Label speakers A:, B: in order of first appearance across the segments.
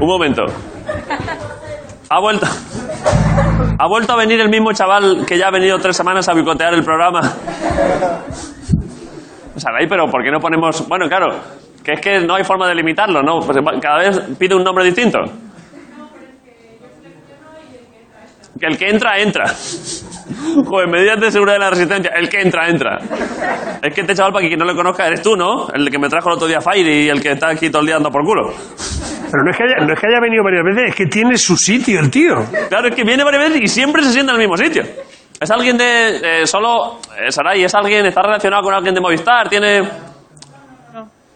A: momento. Ha vuelto. Ha vuelto a venir el mismo chaval que ya ha venido tres semanas a boicotear el programa. O sea, ahí, pero ¿por qué no ponemos.? Bueno, claro, que es que no hay forma de limitarlo, ¿no? Pues cada vez pide un nombre distinto. Que el que entra, entra. Joder, medidas de seguridad de la resistencia. El que entra, entra. Es que este chaval, para quien no lo conozca, eres tú, ¿no? El que me trajo el otro día Fire y el que está aquí todo el día andando por culo.
B: Pero no es, que haya, no es que haya venido varias veces, es que tiene su sitio el tío.
A: Claro, es que viene varias veces y siempre se sienta en el mismo sitio. Es alguien de. eh, solo. eh, Sarai, es alguien. Está relacionado con alguien de Movistar. Tiene.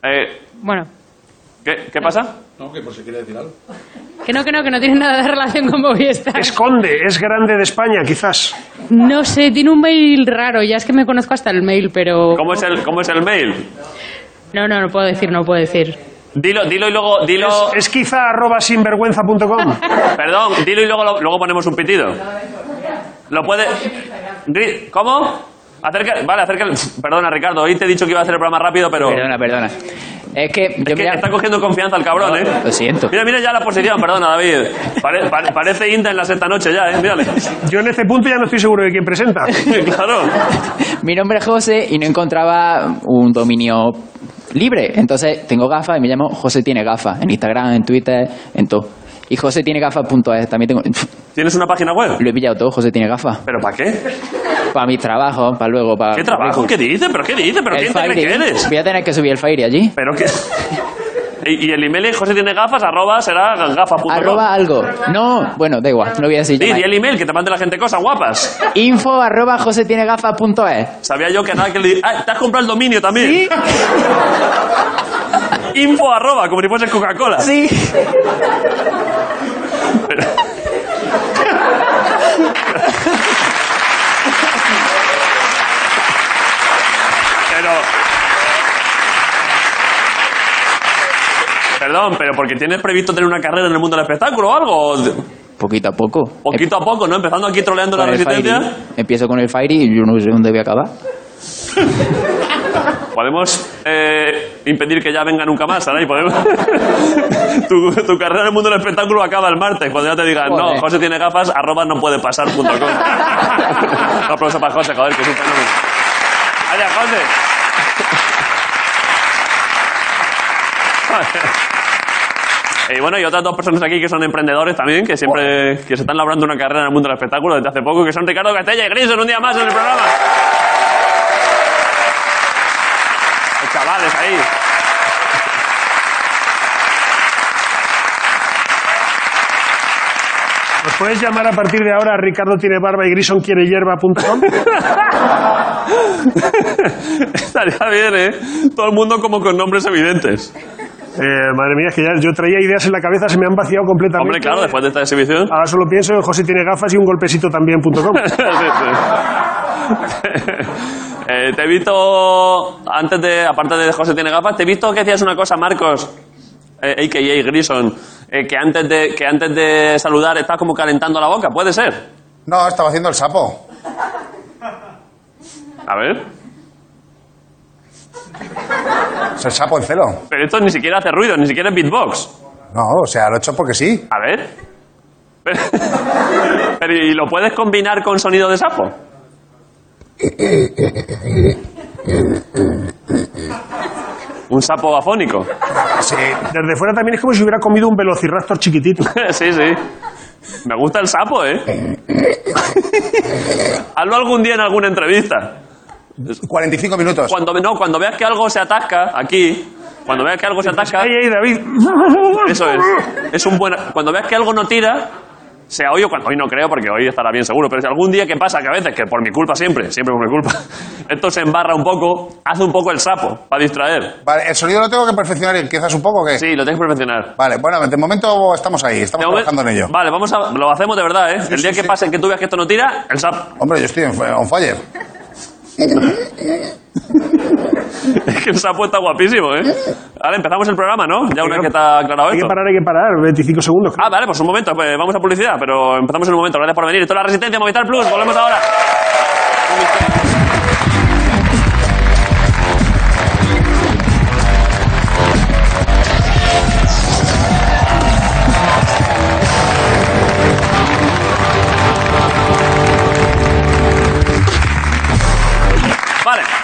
A: Eh,
C: Bueno,
A: ¿qué, ¿Qué pasa?
D: No, que por si quiere decir algo.
C: que no, que no, que no tiene nada de relación con Movistar.
B: Es conde, es grande de España, quizás.
C: No sé, tiene un mail raro, ya es que me conozco hasta el mail, pero...
A: ¿Cómo es el, cómo es el mail?
C: No, no, no puedo decir, no puedo decir.
A: Dilo, dilo y luego. Dilo,
B: Es quizá arroba sinvergüenza.com.
A: perdón, dilo y luego, lo- luego ponemos un pitido. ¿Lo puede.? Ri- ¿Cómo? Acerca, vale, acerca. Perdona, Ricardo, hoy te he dicho que iba a hacer el programa rápido, pero.
E: Perdona, perdona. Es que yo
A: Es que
E: mira-
A: está cogiendo confianza el cabrón, ¿eh?
E: Lo siento.
A: Mira, mira ya la posición, perdona, David. Pare- pare- parece Inda en la sexta noche ya, ¿eh? Mírale.
B: Yo en este punto ya no estoy seguro de quién presenta.
A: claro.
E: Mi nombre es José y no encontraba un dominio libre. Entonces tengo gafas y me llamo José Tiene Gafas. En Instagram, en Twitter, en todo. Y José Tiene Gafas.es. También tengo.
A: ¿Tienes una página web?
E: Lo he pillado todo, José Tiene Gafas.
A: ¿Pero para qué?
E: Para mis trabajos, para luego, para.
A: ¿Qué trabajo? ¿Qué dices? ¿Pero qué dices? ¿Pero
E: pues.
A: quién
E: El
A: te
E: Fairy.
A: crees que eres?
E: Voy a tener que subir el Fairy allí.
A: ¿Pero qué? Y, y el email es José tiene gafas, arroba será gafas.com.
E: Arroba algo. No, bueno, da igual, no voy a decir
A: Sí,
E: yo
A: di
E: más.
A: el email que te mande la gente cosas guapas.
E: Info arroba josetinegafas.es.
A: Sabía yo que nada que le. Ah, te has comprado el dominio también. Info arroba, como si fuese Coca-Cola.
E: Sí.
A: Pero. Perdón, pero porque tienes previsto tener una carrera en el mundo del espectáculo o algo. o-
E: Poquito a poco.
A: Poquito a poco, ¿no? Empezando aquí troleando la
E: Con Eh, el
A: resistencia.
E: Fairy. Empiezo con el Fairy y yo no sé dónde voy a acabar.
A: Podemos eh, impedir que ya venga nunca más, Saray. Podemos... tu, tu carrera en el mundo del espectáculo acaba el martes, cuando ya te digan, no,
E: Joder.
A: José tiene gafas, arroba no puede pasar punto com". Un aplauso para José, joder, que es un fenómeno. Vaya, José. Y bueno, y otras dos personas aquí que son emprendedores también, que siempre que se están labrando una carrera en el mundo del espectáculo desde hace poco, que son Ricardo Castella y Grison, un día más en el programa. Los chavales ahí.
B: ¿Nos puedes llamar a partir de ahora a Ricardo tiene barba y Grison quiere hierba.com?
A: Estaría bien, ¿eh? Todo el mundo como con nombres evidentes.
B: Eh, madre mía, es que ya yo traía ideas en la cabeza, se me han vaciado completamente.
A: Hombre, claro, después de esta exhibición.
B: Ahora solo pienso en José tiene gafas y un golpecito también.com.
A: Sí, sí. Eh, te he visto, antes de, aparte de José tiene gafas, te he visto que decías una cosa, Marcos, eh, a.k.a. Grison, eh, que, antes de, que antes de saludar estás como calentando la boca, ¿puede ser?
D: No, estaba haciendo el sapo.
A: A ver,
D: Es el sapo en celo.
A: pero esto ni siquiera hace ruido, ni siquiera es beatbox.
D: No, o sea, lo he hecho porque sí.
A: A ver. Pero, pero, ¿y lo puedes combinar con sonido de sapo? Un sapo afónico.
D: Sí.
B: Desde fuera también es como si hubiera comido un velociraptor chiquitito.
A: Sí, sí. Me gusta el sapo, ¿eh? Hazlo algún día en alguna entrevista.
D: 45 minutos.
A: Cuando, no, cuando veas que algo se atasca, aquí, cuando veas que algo se atasca,
B: ¡Ay, ay, David!
A: eso es. Es un buen... Cuando veas que algo no tira, sea hoy o cuando... Hoy no creo, porque hoy estará bien seguro, pero si algún día que pasa, que a veces, que por mi culpa siempre, siempre por mi culpa, esto se embarra un poco, hace un poco el sapo, para distraer.
D: Vale, el sonido lo tengo que perfeccionar. ¿Empiezas un poco o qué?
A: Sí, lo tienes que perfeccionar.
D: Vale, bueno, de momento estamos ahí, estamos
A: De momento-
D: trabajando en ello.
A: Vale, vamos a... Lo hacemos de verdad, ¿eh? el día
D: sí,
A: que
D: sí.
A: pase, que tú veas que esto no tira, el sapo.
D: Hombre, yo estoy en, on fire.
A: Es que el sapo está guapísimo, ¿eh? Ahora empezamos el programa, ¿no? Ya una vez que está aclarado
B: Hay que
A: esto.
B: parar, hay que parar. 25 segundos.
A: Ah, vale, pues un momento, pues vamos a publicidad, pero empezamos en un momento. Gracias por venir. Esto es la Resistencia Movistar Plus. Volvemos ahora.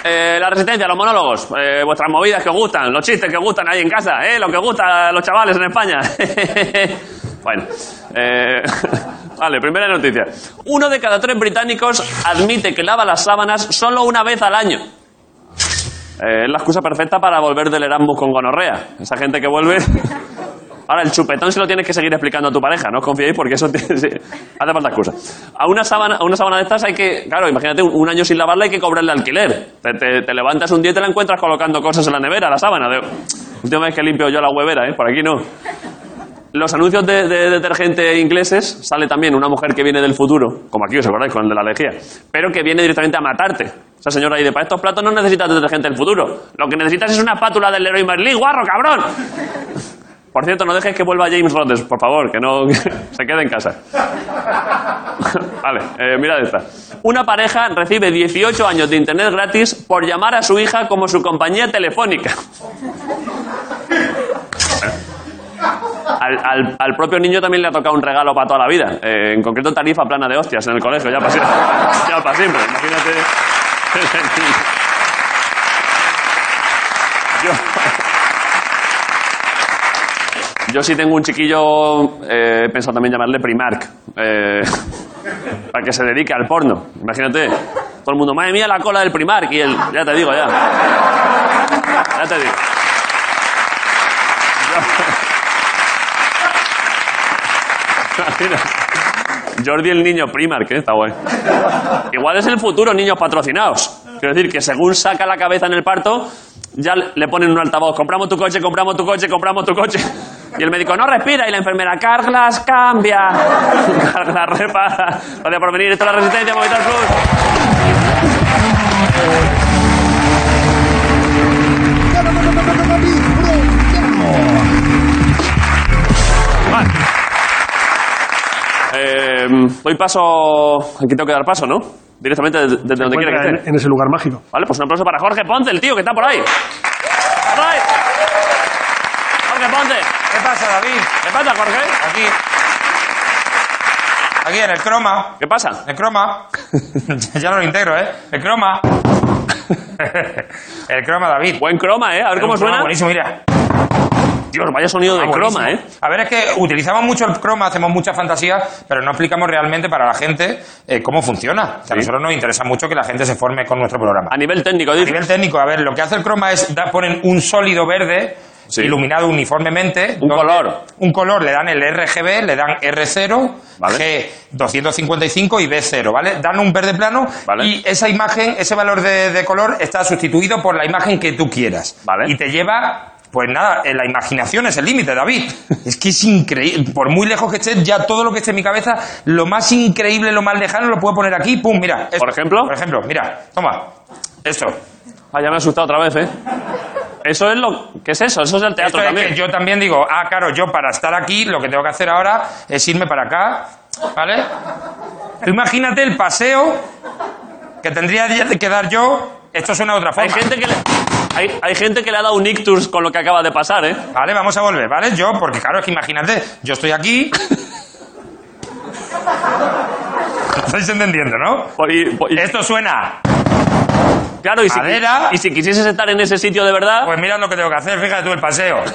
A: Eh, la resistencia, los monólogos, eh, vuestras movidas que os gustan, los chistes que os gustan ahí en casa, eh, lo que os gusta a los chavales en España. bueno, eh, vale, primera noticia. Uno de cada tres británicos admite que lava las sábanas solo una vez al año. Eh, es la excusa perfecta para volver del Erasmus con gonorrea. Esa gente que vuelve... Ahora, el chupetón se lo tienes que seguir explicando a tu pareja, no os confiéis porque eso tiene- sí, hace falta excusa. A una, sábana, a una sábana de estas hay que, claro, imagínate, un, un año sin lavarla hay que cobrarle alquiler. Te, te- te levantas un día y te la encuentras colocando cosas en la nevera, la sábana. De, última vez que limpio yo la huevera, ¿eh? por aquí no. Los anuncios de, de detergente ingleses sale también una mujer que viene del futuro, como aquí os acordáis con el de la lejía, pero que viene directamente a matarte. Esa señora dice, para estos platos no necesitas detergente del futuro, lo que necesitas es una espátula del Leroy Merlin, guarro, cabrón. Por cierto, no dejes que vuelva James Rodgers, por favor, que no que se quede en casa. vale, eh, mirad esta. Una pareja recibe 18 años de internet gratis por llamar a su hija como su compañía telefónica. Al, al- al propio niño también le ha tocado un regalo para toda la vida. Eh, en concreto, tarifa plana de hostias en el colegio, ya para siempre. Ya para siempre, imagínate. Yo, yo sí tengo un chiquillo, eh, he pensado también llamarle Primark, eh, para que se dedique al porno. Imagínate, todo el mundo, madre mía, la cola del Primark. Y él, ya te digo, ya. Ya te digo. Mira. Jordi el niño Primark, ¿eh? está guay. Igual es el futuro, niños patrocinados. Quiero decir que según saca la cabeza en el parto, ya le le ponen un altavoz. Compramos tu coche, compramos tu coche, compramos tu coche. Y el médico no respira y la enfermera, Carlas, cambia. Carlas, repara. Gracias por venir. Esto es la Resistencia Movistar Plus. Eh, doy paso. Aquí tengo que dar paso, ¿no? Directamente desde, desde donde quiera que
B: Encuentra
A: esté.
B: en, en ese lugar mágico.
A: Vale, pues un aplauso para Jorge Ponce, el tío que está por ahí. Por ahí. Jorge Ponce.
F: ¿Qué pasa, David?
A: ¿Qué pasa, Jorge?
F: Aquí. Aquí en el croma.
A: ¿Qué pasa?
F: El croma. ya lo integro, ¿eh? El croma. el croma, David.
A: Buen croma, ¿eh? A ver cómo
F: Un croma
A: suena.
F: Buenísimo, mira.
A: Dios, vaya sonido de
F: Ah, buenísimo.
A: croma, ¿eh?
F: A ver, es que utilizamos mucho el croma, hacemos mucha fantasía, pero no explicamos realmente para la gente eh, cómo funciona. O sea, A nosotros nos interesa mucho que la gente se forme con nuestro programa.
A: A nivel técnico,
F: A
A: dice.
F: nivel técnico, a ver, lo que hace el croma es da- ponen un sólido verde
A: Sí.
F: iluminado uniformemente.
A: Un
F: donde-
A: color.
F: Un color, le dan el RGB, le dan R0,
A: Vale.
F: G255 y B0, ¿vale? Dan un verde plano
A: Vale.
F: y esa imagen, ese valor de, de color está sustituido por la imagen que tú quieras.
A: Vale.
F: Y te lleva... Pues nada, eh, la imaginación es el límite, David. Es que es increíble. Por muy lejos que esté, ya todo lo que esté en mi cabeza, lo más increíble, lo más lejano, lo puedo poner aquí. ¡Pum! Mira. esto.
A: ¿Por ejemplo?
F: Por ejemplo, mira. Toma. Esto.
A: Ah, ya me he asustado otra vez, ¿eh? Eso es lo. ¿Qué es eso? Eso es el teatro
F: Esto es
A: también.
F: que yo también digo, ah, claro, yo para estar aquí lo que tengo que hacer ahora es irme para acá, ¿vale? Tú imagínate el paseo que tendría que dar yo. Esto suena de otra
A: Hay
F: forma.
A: gente que le. Hay, hay gente que le ha dado un ictus con lo que acaba de pasar, ¿eh?
F: Vale, vamos a volver, ¿vale? Yo, porque claro, es que imagínate, yo estoy aquí. Estáis entendiendo, ¿no?
A: Por- y- por- y-
F: Esto suena.
A: claro, y si,
F: Eh, madera.
A: y si quisieses estar en ese sitio de verdad,
F: Pues mira lo que tengo que hacer, fíjate tú el paseo. Es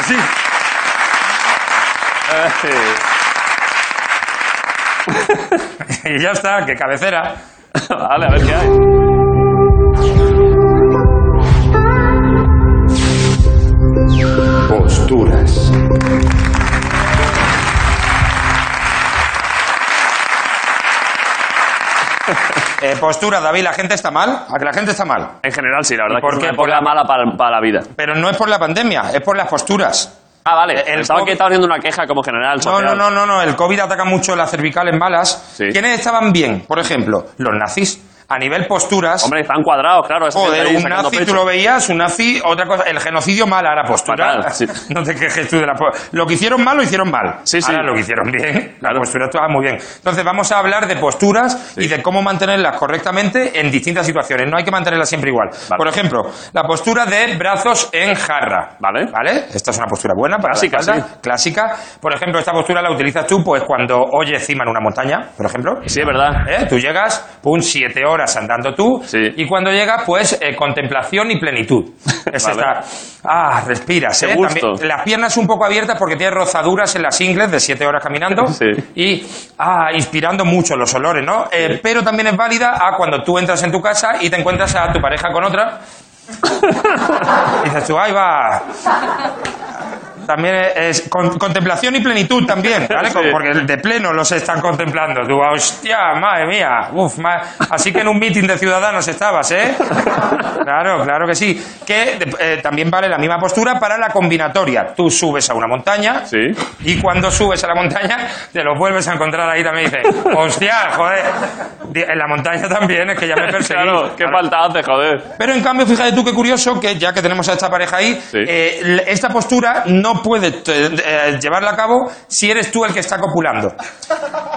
F: así. y ya está, que cabecera. Pues,
A: Vale, a ver qué hay.
G: Posturas.
F: Eh, postura, David, la gente está mal. A Ah, que la gente está mal.
A: En general, sí, la verdad.
F: ¿Y por
A: que es
F: qué?
A: una
F: Por
A: época
F: la-
A: mala para, para la vida.
F: Pero no es por la pandemia, es por las posturas.
A: Ah, vale.
F: Eh, El
A: Pensaba
F: COVID-
A: que estaba haciendo una queja como general.
F: No,
A: Social.
F: no, no, no, no. El COVID ataca mucho las cervicales malas.
A: Sí.
F: ¿Quiénes estaban bien? Por ejemplo, los nazis. a nivel posturas.
A: Hombre, están cuadrados, claro. esa gente
F: Joder,
A: ahí
F: un
A: sacando
F: nazi,
A: pecho.
F: tú lo veías, un nazi, otra cosa, el genocidio mal, ahora postura.
A: Fatal, sí.
F: No te quejes tú de la po- Lo que hicieron mal, lo hicieron mal.
A: Sí, sí.
F: Ahora lo que hicieron bien,
A: Claro.
F: la postura estaba muy bien. Entonces vamos a hablar de posturas y de cómo mantenerlas correctamente en distintas situaciones. No hay que mantenerlas siempre igual.
A: Vale.
F: Por ejemplo, la postura de brazos en jarra.
A: Vale.
F: ¿Vale? Esta es una postura buena para la
A: Clásica,
F: espalda, clásica. Por ejemplo, esta postura la utilizas tú pues cuando oyes cima en una montaña, por ejemplo.
A: Sí, es verdad.
F: ¿Eh? Tú llegas, pum, siete horas andando tú,
A: Sí.
F: y cuando llegas, pues eh, contemplación y plenitud. Es
A: Vale.
F: estar, ah, respiras,
A: Qué
F: ¿eh?
A: gusto.
F: También- las piernas un poco abiertas porque tienes rozaduras en las ingles de siete horas caminando,
A: Sí.
F: y ah, inspirando mucho los olores, ¿no? Eh, Pero también es válida a cuando tú entras en tu casa y te encuentras a tu pareja con otra. Y dices tú, ahí va. También es, es con- contemplación y plenitud también, ¿vale?
A: Sí.
F: Como Porque de pleno los están contemplando. Tú, ah, hostia, madre mía. Uf, ma- Así que en un mitin de ciudadanos estabas, ¿eh? Claro, claro que sí. Que eh, también vale la misma postura para la combinatoria. Tú subes a una montaña
A: Sí.
F: y cuando subes a la montaña te los vuelves a encontrar ahí también y dices, hostia, joder. Di- En la montaña también, es que ya me perseguí.
A: Claro, qué
F: Claro.
A: falta hace, joder.
F: Pero en cambio, fíjate tú qué curioso que ya que tenemos a esta pareja ahí,
A: Sí.
F: eh, l- esta postura no puede t- eh, llevarla a cabo si eres tú el que está copulando.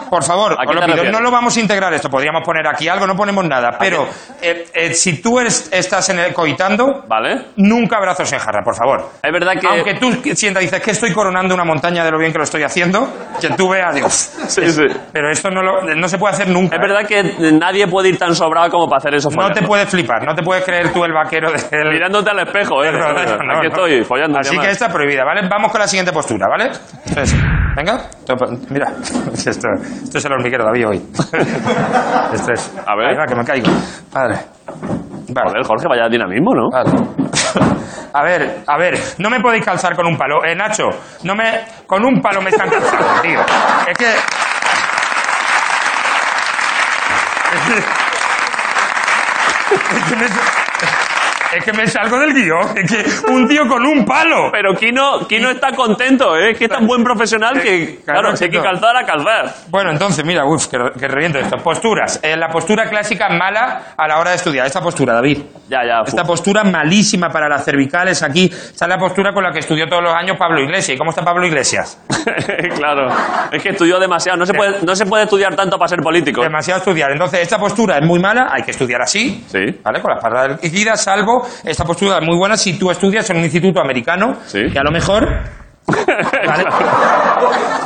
F: Por favor,
A: ¿A qué
F: os lo
A: te
F: pido,
A: refieres?
F: no lo vamos a integrar esto. Podríamos poner aquí algo, no ponemos nada. Pero eh, eh, si tú eres- estás en el coitando,
A: Vale.
F: nunca brazos en jarra, por favor.
A: Es verdad que.
F: Aunque tú que- sienta, dices que estoy coronando una montaña de lo bien que lo estoy haciendo, que tú veas, digo, "Uf,
A: Sí, sí.
F: pero esto no, lo- no se puede hacer nunca.
A: Es verdad que nadie puede ir tan sobrado como para hacer eso
F: No
A: follando.
F: te puedes flipar, no te puedes creer tú el vaquero del,
A: Mirándote al espejo, eh.
F: No, no, no,
A: Aquí
F: no.
A: estoy, follando.
F: Así
A: además.
F: que esta es prohibida, ¿vale? Vamos con la siguiente postura, ¿vale? Entonces, venga. Topa- Mira, esto, esto es el hormiguero David hoy. Esto es.
A: A ver.
F: Ahí va, que me caigo. Padre. Vale.
A: Joder, Jorge, vaya dinamismo, ¿no?
F: Vale. A ver, a ver, no me podéis calzar con un palo. Eh, Nacho, no me. Con un palo me están calzando, tío. Es que. Es que me, es que me salgo del guión. Es que un tío con un palo.
A: Pero Kino, Kino está contento, ¿eh? Que es tan buen profesional que,
F: Eh,
A: claro,
F: claro,
A: si hay que
F: chico.
A: calzar a calzar.
F: Bueno, entonces, mira, uff, que, que reviento esto. Posturas. Eh, la postura clásica mala a la hora de estudiar. Esta postura, David.
A: Ya, ya. fu-
F: Esta postura malísima para las cervicales aquí. Esta es la postura con la que estudió todos los años Pablo Iglesias. ¿Y cómo está Pablo Iglesias?
A: claro. Es que estudió demasiado. No se, puede, no se puede estudiar tanto para ser político.
F: Demasiado estudiar. Entonces, esta postura es muy mala, hay que estudiar así.
A: Sí.
F: ¿Vale? Con la espalda erguida, salvo esta postura es muy buena si tú estudias en un instituto americano,
A: Sí.
F: que a lo mejor. ¿Vale?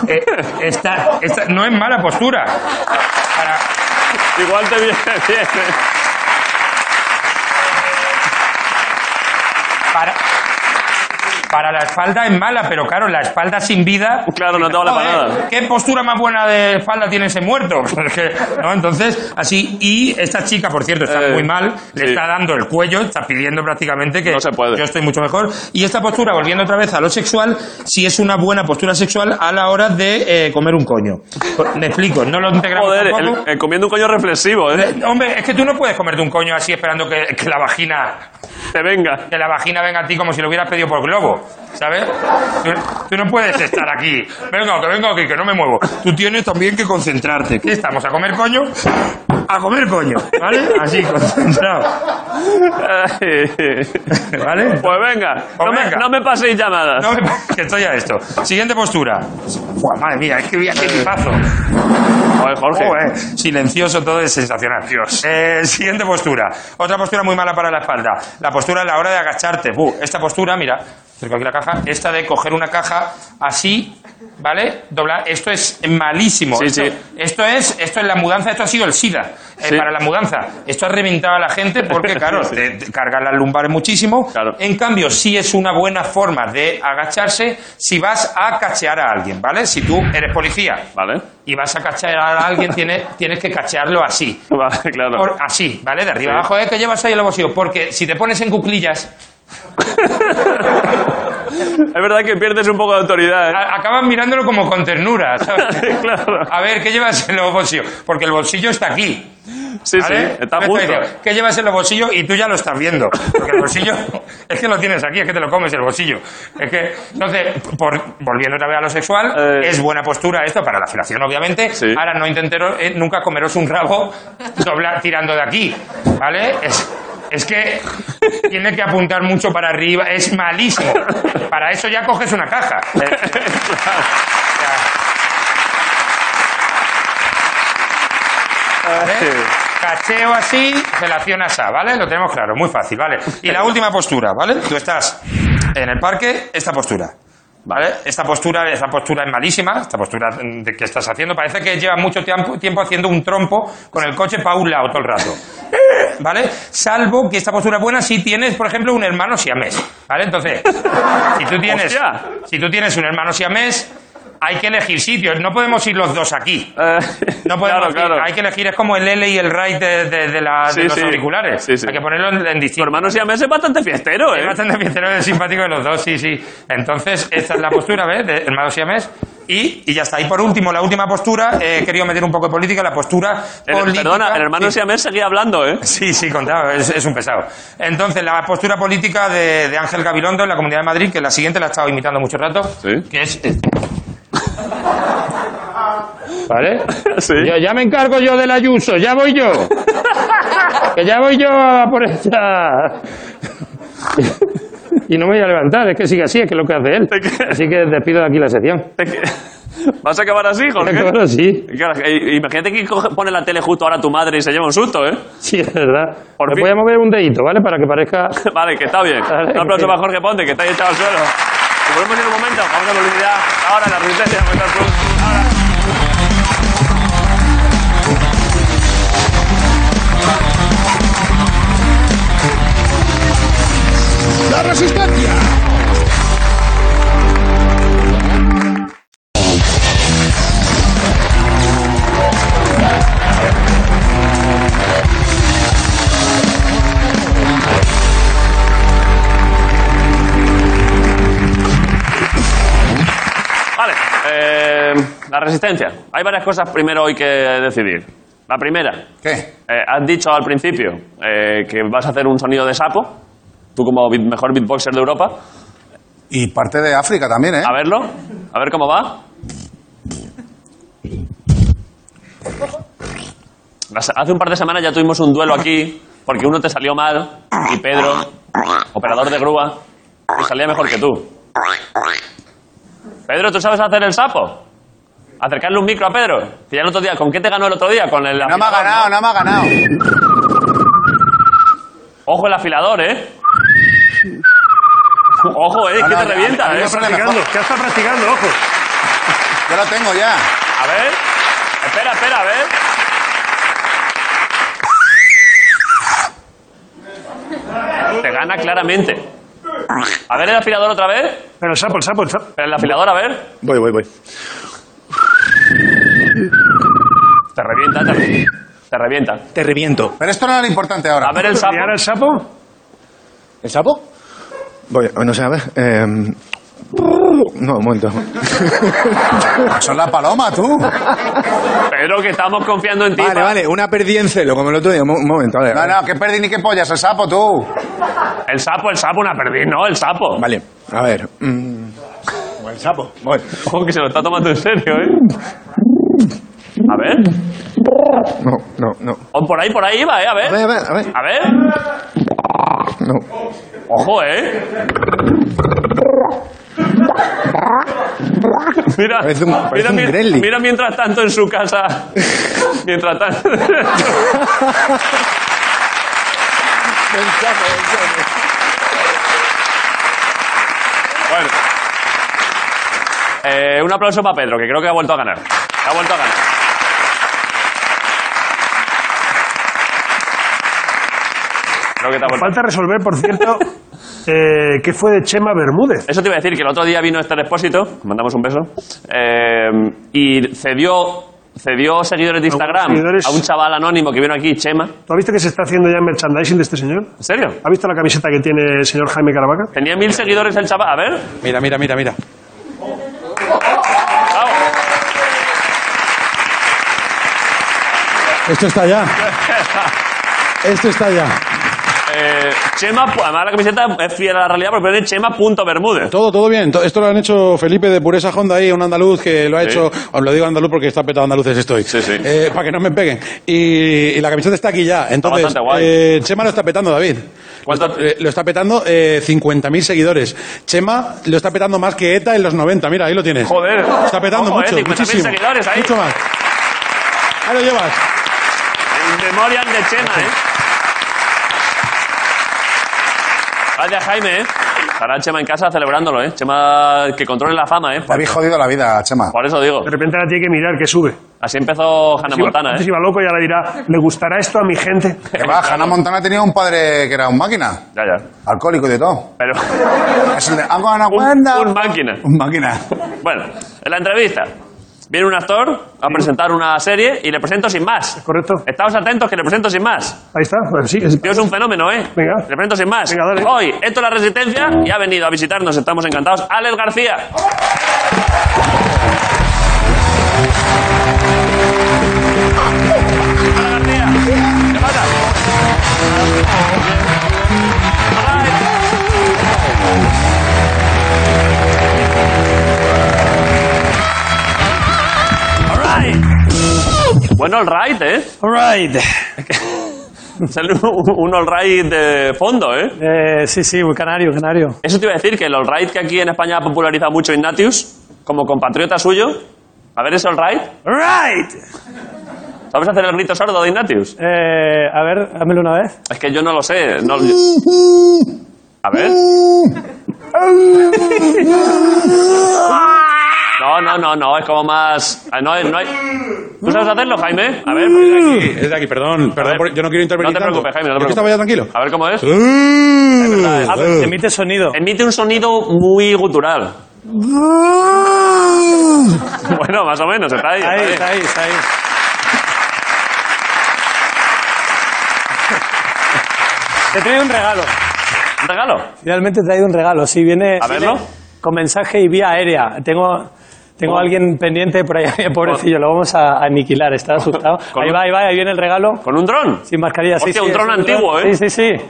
F: Eh, esta- esta no es mala postura. Para-
A: Igual te viene bien. ¿eh?
F: Para, para la espalda es mala, pero claro, la espalda sin vida.
A: Claro, no te vale para
F: Joder,
A: nada.
F: ¿Qué postura más buena de espalda tiene ese muerto? Es que, ¿no? Entonces, así. Y esta chica, por cierto, está
A: Eh,
F: muy mal, le
A: sí.
F: está dando el cuello, está pidiendo prácticamente que
A: No se puede.
F: yo estoy mucho mejor. Y esta postura, volviendo otra vez a lo sexual, si es una buena postura sexual a la hora de eh, comer un coño. Me explico, no lo integramos
A: Joder,
F: tampoco.
A: el- el comiendo un coño reflexivo, ¿eh?
F: Eh, Hombre, es que tú no puedes comerte un coño así esperando que- que la vagina
A: Te venga.
F: que la vagina venga a ti como si lo hubieras pedido por globo, ¿sabes? Tú, tú no puedes estar aquí. Venga, que venga aquí, que no me muevo. Tú tienes también que concentrarte. ¿Qué estamos? ¿A comer coño? A comer coño, ¿vale? Así, concentrado,
A: pues
F: ¿vale?
A: venga. No me,
F: venga.
A: no me paséis llamadas.
F: No me- que estoy a esto. Siguiente postura. Buah, madre mía, es que voy a qué equipazo.
A: Joder, Jorge.
F: Oh, eh, Silencioso todo es sensacional. Eh, siguiente postura. Otra postura muy mala para la espalda. La postura a la hora de agacharte. Buh, esta postura, mira, cerco aquí la caja. Esta de coger una caja así, ¿vale? Doblar. Esto es malísimo.
A: Sí,
F: esto,
A: sí.
F: esto es, esto en la mudanza, esto ha sido el SIDA. eh,
A: Sí.
F: Para la mudanza. Esto ha reventado a la gente porque, claro,
A: Sí, sí.
F: te- te cargan las lumbares muchísimo.
A: Claro.
F: En cambio, sí es una buena forma de agacharse si vas a cachear a alguien, ¿vale? Si tú eres policía
A: Vale.
F: y vas a cachear a alguien, tiene- tienes que cachearlo así.
A: Vale, claro.
F: Por- así, ¿vale? De arriba
A: Sí.
F: abajo, ¿eh? Que llevas ahí el bolsillo. Porque si te pones en cuclillas,
A: Es verdad que pierdes un poco de autoridad, ¿eh?
F: a- acabas mirándolo como con ternura, ¿sabes?
A: claro.
F: A ver, ¿qué llevas en el bolsillo? Porque el bolsillo está aquí.
A: Sí,
F: ¿Vale?
A: sí, está
F: Entonces
A: justo.
F: te dice, ¿Qué llevas en el bolsillo? Y tú ya lo estás viendo. Porque el bolsillo es que lo tienes aquí, es que te lo comes el bolsillo. Es que, entonces, por- volviendo otra vez a lo sexual,
A: Eh.
F: es buena postura esto para la filación, obviamente.
A: Sí.
F: Ahora no intenteros eh, nunca comeros un rabo doblar tirando de aquí, ¿vale? Es, es que tiene que apuntar mucho para arriba, es malísimo. Para eso ya coges una caja. Eh, ¿vale? Cacheo así, relación asa, ¿vale? Lo tenemos claro, muy fácil, ¿vale? Y la última postura, ¿vale? Tú estás en el parque, esta postura. ¿Vale? Esta postura, esta postura es malísima, esta postura mm, de que estás haciendo, parece que llevas mucho tiempo, tiempo haciendo un trompo con el coche para un lado todo el rato. ¿Vale? Salvo que esta postura es buena si tienes, por ejemplo, un hermano siamés. ¿Vale? Entonces, si tú tienes,
A: Hostia.
F: si tú tienes un hermano siamés, hay que elegir sitios. No podemos ir los dos aquí.
A: Eh,
F: No
A: claro,
F: podemos
A: claro.
F: ir. Hay que elegir, es como el L y el right de, de- de la- de
A: Sí,
F: los
A: sí.
F: auriculares.
A: Sí, sí.
F: Hay que ponerlo en, en
A: Tu
F: distinto.
A: hermano Siamés es bastante fiestero,
F: Es
A: ¿eh?
F: bastante fiestero, es simpático de los dos, sí, sí. Entonces, esta es la postura, ¿ves? De hermano siamés. Y, y ya está. Y por último, la última postura, eh, he querido meter un poco de política, la postura
A: El-
F: política.
A: perdona, el hermano
F: Sí.
A: Siamés seguía hablando, ¿eh?
F: Sí, sí, contaba, es, es un pesado. Entonces, la postura política de, de Ángel Gabilondo en la Comunidad de Madrid, que la siguiente la he estado imitando mucho rato,
A: Sí.
F: que es... ¿Vale?
A: Sí.
F: Yo- ya me encargo yo del ayuso, ya voy yo. Que ya voy yo a por esta... Y no me voy a levantar, es que sigue así, es que es lo que hace él.
A: Es que-
F: Así que despido de aquí la sección.
A: ¿Vas a acabar así, Jorge?
F: Claro, sí,
A: Claro, eh, Imagínate que coge- pone la tele justo ahora tu madre y se lleva un susto, ¿eh?
F: sí, es verdad.
A: Por
F: Me
A: fin.
F: voy a mover un dedito, ¿vale? Para que parezca...
A: Vale, que está bien.
F: Vale,
A: Un aplauso
F: sí.
A: para Jorge Ponte, que está ahí echado al suelo. Y volvemos en un momento, vamos a publicidad. Ahora la resistencia, Metal Plus. Ahora.
D: ¡La resistencia!
A: Vale, eh, la resistencia. Hay varias cosas primero hoy que decidir. La primera,
D: ¿Qué?
A: eh, has dicho al principio eh, que vas a hacer un sonido de sapo. Tú como beat- mejor beatboxer de Europa.
D: Y parte de África también, ¿eh?
A: A verlo, a ver cómo va. Las- Hace un par de semanas ya tuvimos un duelo aquí porque uno te salió mal y Pedro, operador de grúa, te salía mejor que tú. Pedro, ¿tú sabes hacer el sapo? Acercarle un micro a Pedro. Que ya el otro día, ¿con qué te ganó el otro día? Con el
D: No me ha
A: afilador,
D: ganado, no me ha ganado.
A: Ojo el afilador, ¿eh? Ojo, ¿eh? Es
D: No,
A: que
D: no,
A: te
D: no,
A: revienta,
D: no, no,
A: ¿eh?
D: no, no, no, no,
B: Practicando, ya está practicando, ojo.
D: Yo lo tengo ya.
A: A ver. Espera, espera, a ver. Te gana claramente. A ver el afilador otra vez.
B: Pero el sapo, el sapo, el sapo.
A: Pero el afilador, a ver.
G: Voy, voy, voy.
A: Te revienta, te revienta. Te revienta.
G: Te reviento.
D: Pero esto no era lo importante ahora.
A: A ver el
B: ¿Y
A: sapo.
B: ahora el sapo?
G: ¿El sapo? Voy, no sé, a ver. eh, no, un momento.
D: Son la paloma, tú. No,
A: Pedro, que estamos confiando en ti.
G: Vale,
A: pa-
G: vale, una perdí en celo, como el otro día. Un mo- un momento, vale. vale.
D: no, qué perdí ni qué pollas, el sapo, tú.
A: El sapo, el sapo, una perdiz, ¿no? El sapo.
G: Vale, a ver. mm. el sapo. Bueno,
A: Ojo, que se lo está tomando en serio, ¿eh? A ver.
G: no, no, no.
A: O por ahí, por ahí iba, ¿eh? A
G: A ver,
A: ver.
G: a ver, a ver.
A: A ver.
G: No.
A: Ojo, ¿eh? Mira,
G: Parece un-
A: mira
G: parece un
A: mien-
G: Gremlin.
A: mira mientras tanto en su casa. Mientras tanto. bueno. Eh, un aplauso para Pedro, que creo que ha vuelto a ganar. Ha vuelto a ganar. Creo que te ha vuelto a
B: Falta resolver, por cierto, eh, qué fue de Chema Bermúdez.
A: Eso te iba a decir, que el otro día vino Esther Expósito, mandamos un beso, eh, y cedió, cedió seguidores de Instagram
B: seguidores.
A: a un chaval anónimo que vino aquí, Chema. ¿En
B: ¿Tú has visto que se está haciendo ya merchandising de este señor?
A: serio?
B: ¿Has visto la camiseta que tiene el señor Jaime Caravaca?
A: Tenía mil seguidores el chaval. A ver.
G: Mira, mira, mira, mira.
A: bravo.
H: Esto está ya.
G: Esto está ya.
A: Eh, Chema, pu- además la camiseta es fiel a la realidad porque pone Chema.bermúdez.
H: Todo, todo bien. To- Esto lo han hecho Felipe de Pureza Honda ahí, un andaluz que lo ha hecho. Os lo digo andaluz porque está petado andaluces estoy.
A: Sí, sí.
H: Eh, para que no me peguen. Y, y la camiseta está aquí ya. Entonces,
A: bastante guay.
H: eh, Chema lo está petando, David.
A: ¿Cuánto-
H: Lo está, eh, lo está petando eh, 50.000 seguidores.
A: Pues,
H: Chema lo está petando más que ETA en los 90. Mira, ahí lo tienes.
A: Joder.
H: Está petando
A: Ojo, eh,
H: mucho.
A: 50.000
H: muchísimo.
A: seguidores ahí.
H: Mucho más. Ahí lo llevas.
A: En memoria de Chema, ¿eh? Gracias, Jaime, ¿eh? Estará Chema en casa celebrándolo, ¿eh? Chema que controle la fama, ¿eh?
D: Te
A: Por,
D: habéis jodido la vida, Chema.
A: por eso digo.
B: De repente la tiene que mirar, que sube.
A: Así empezó Hannah
B: Si iba-
A: Montana,
B: Antes
A: ¿eh?
B: iba loco y ahora dirá, ¿le gustará esto a mi gente?
D: Que va, Hannah Montana tenía un padre que era un máquina,
A: Ya, ya.
D: alcohólico y de todo.
A: Pero,
D: Es el de I'm gonna
A: un,
D: wind
A: un
D: up".
A: máquina.
D: Un máquina.
A: Bueno, en la entrevista viene un actor a presentar una serie y le presento sin más.
B: ¿Correcto?
A: Estaos atentos que le presento sin más.
B: Ahí está. Bueno, sí, es-
A: Tío, es un fenómeno, ¿eh?
B: Venga.
A: Le presento sin más.
B: Venga, dale.
A: Hoy, esto es La Resistencia y ha venido a visitarnos, estamos encantados, Alex García. Hola, García. ¿Qué pasa? Hola, Alex. Alright. Bueno, el right, ¿eh?
I: Alright.
A: Sale un, un all right de fondo, ¿eh?
I: Eh, sí, sí, muy canario, canario.
A: Eso te iba a decir, que el all right que aquí en España ha popularizado mucho Ignatius, como compatriota suyo. A ver ese all right.
I: Alright.
A: ¿Sabes hacer el grito sordo de Ignatius?
I: Eh, a ver, házmelo una vez.
A: Es que yo no lo sé. no- A ver. No, no, no, no, es como más... ah, No, hay- no hay... ¿Tú sabes hacerlo, Jaime? A ver, mira aquí.
H: Es de aquí, perdón.
A: A
H: Perdón,
A: ver.
H: por- yo no quiero intervenir.
A: No te
H: tanto.
A: preocupes, Jaime, no te
H: Es que estaba ya tranquilo.
A: a ver cómo es.
I: Ah, pero te emite sonido.
A: Emite un sonido muy gutural. Bueno, más o menos, está ahí. está
I: Ahí,
A: ahí.
I: está ahí, está ahí. Te traigo un regalo.
A: ¿Un regalo?
I: Finalmente te traigo un regalo. Si viene
A: A verlo.
I: con mensaje y vía aérea. Tengo, tengo a alguien pendiente por ahí, pobrecillo. Lo vamos a aniquilar. Está asustado.
A: Con-
I: Ahí va, ahí va, ahí viene el regalo.
A: ¿Con un dron?
I: Sin mascarilla, sí,
A: Hostia,
I: sí,
A: un
I: es
A: dron antiguo, ¿eh?
I: Sí, sí, sí.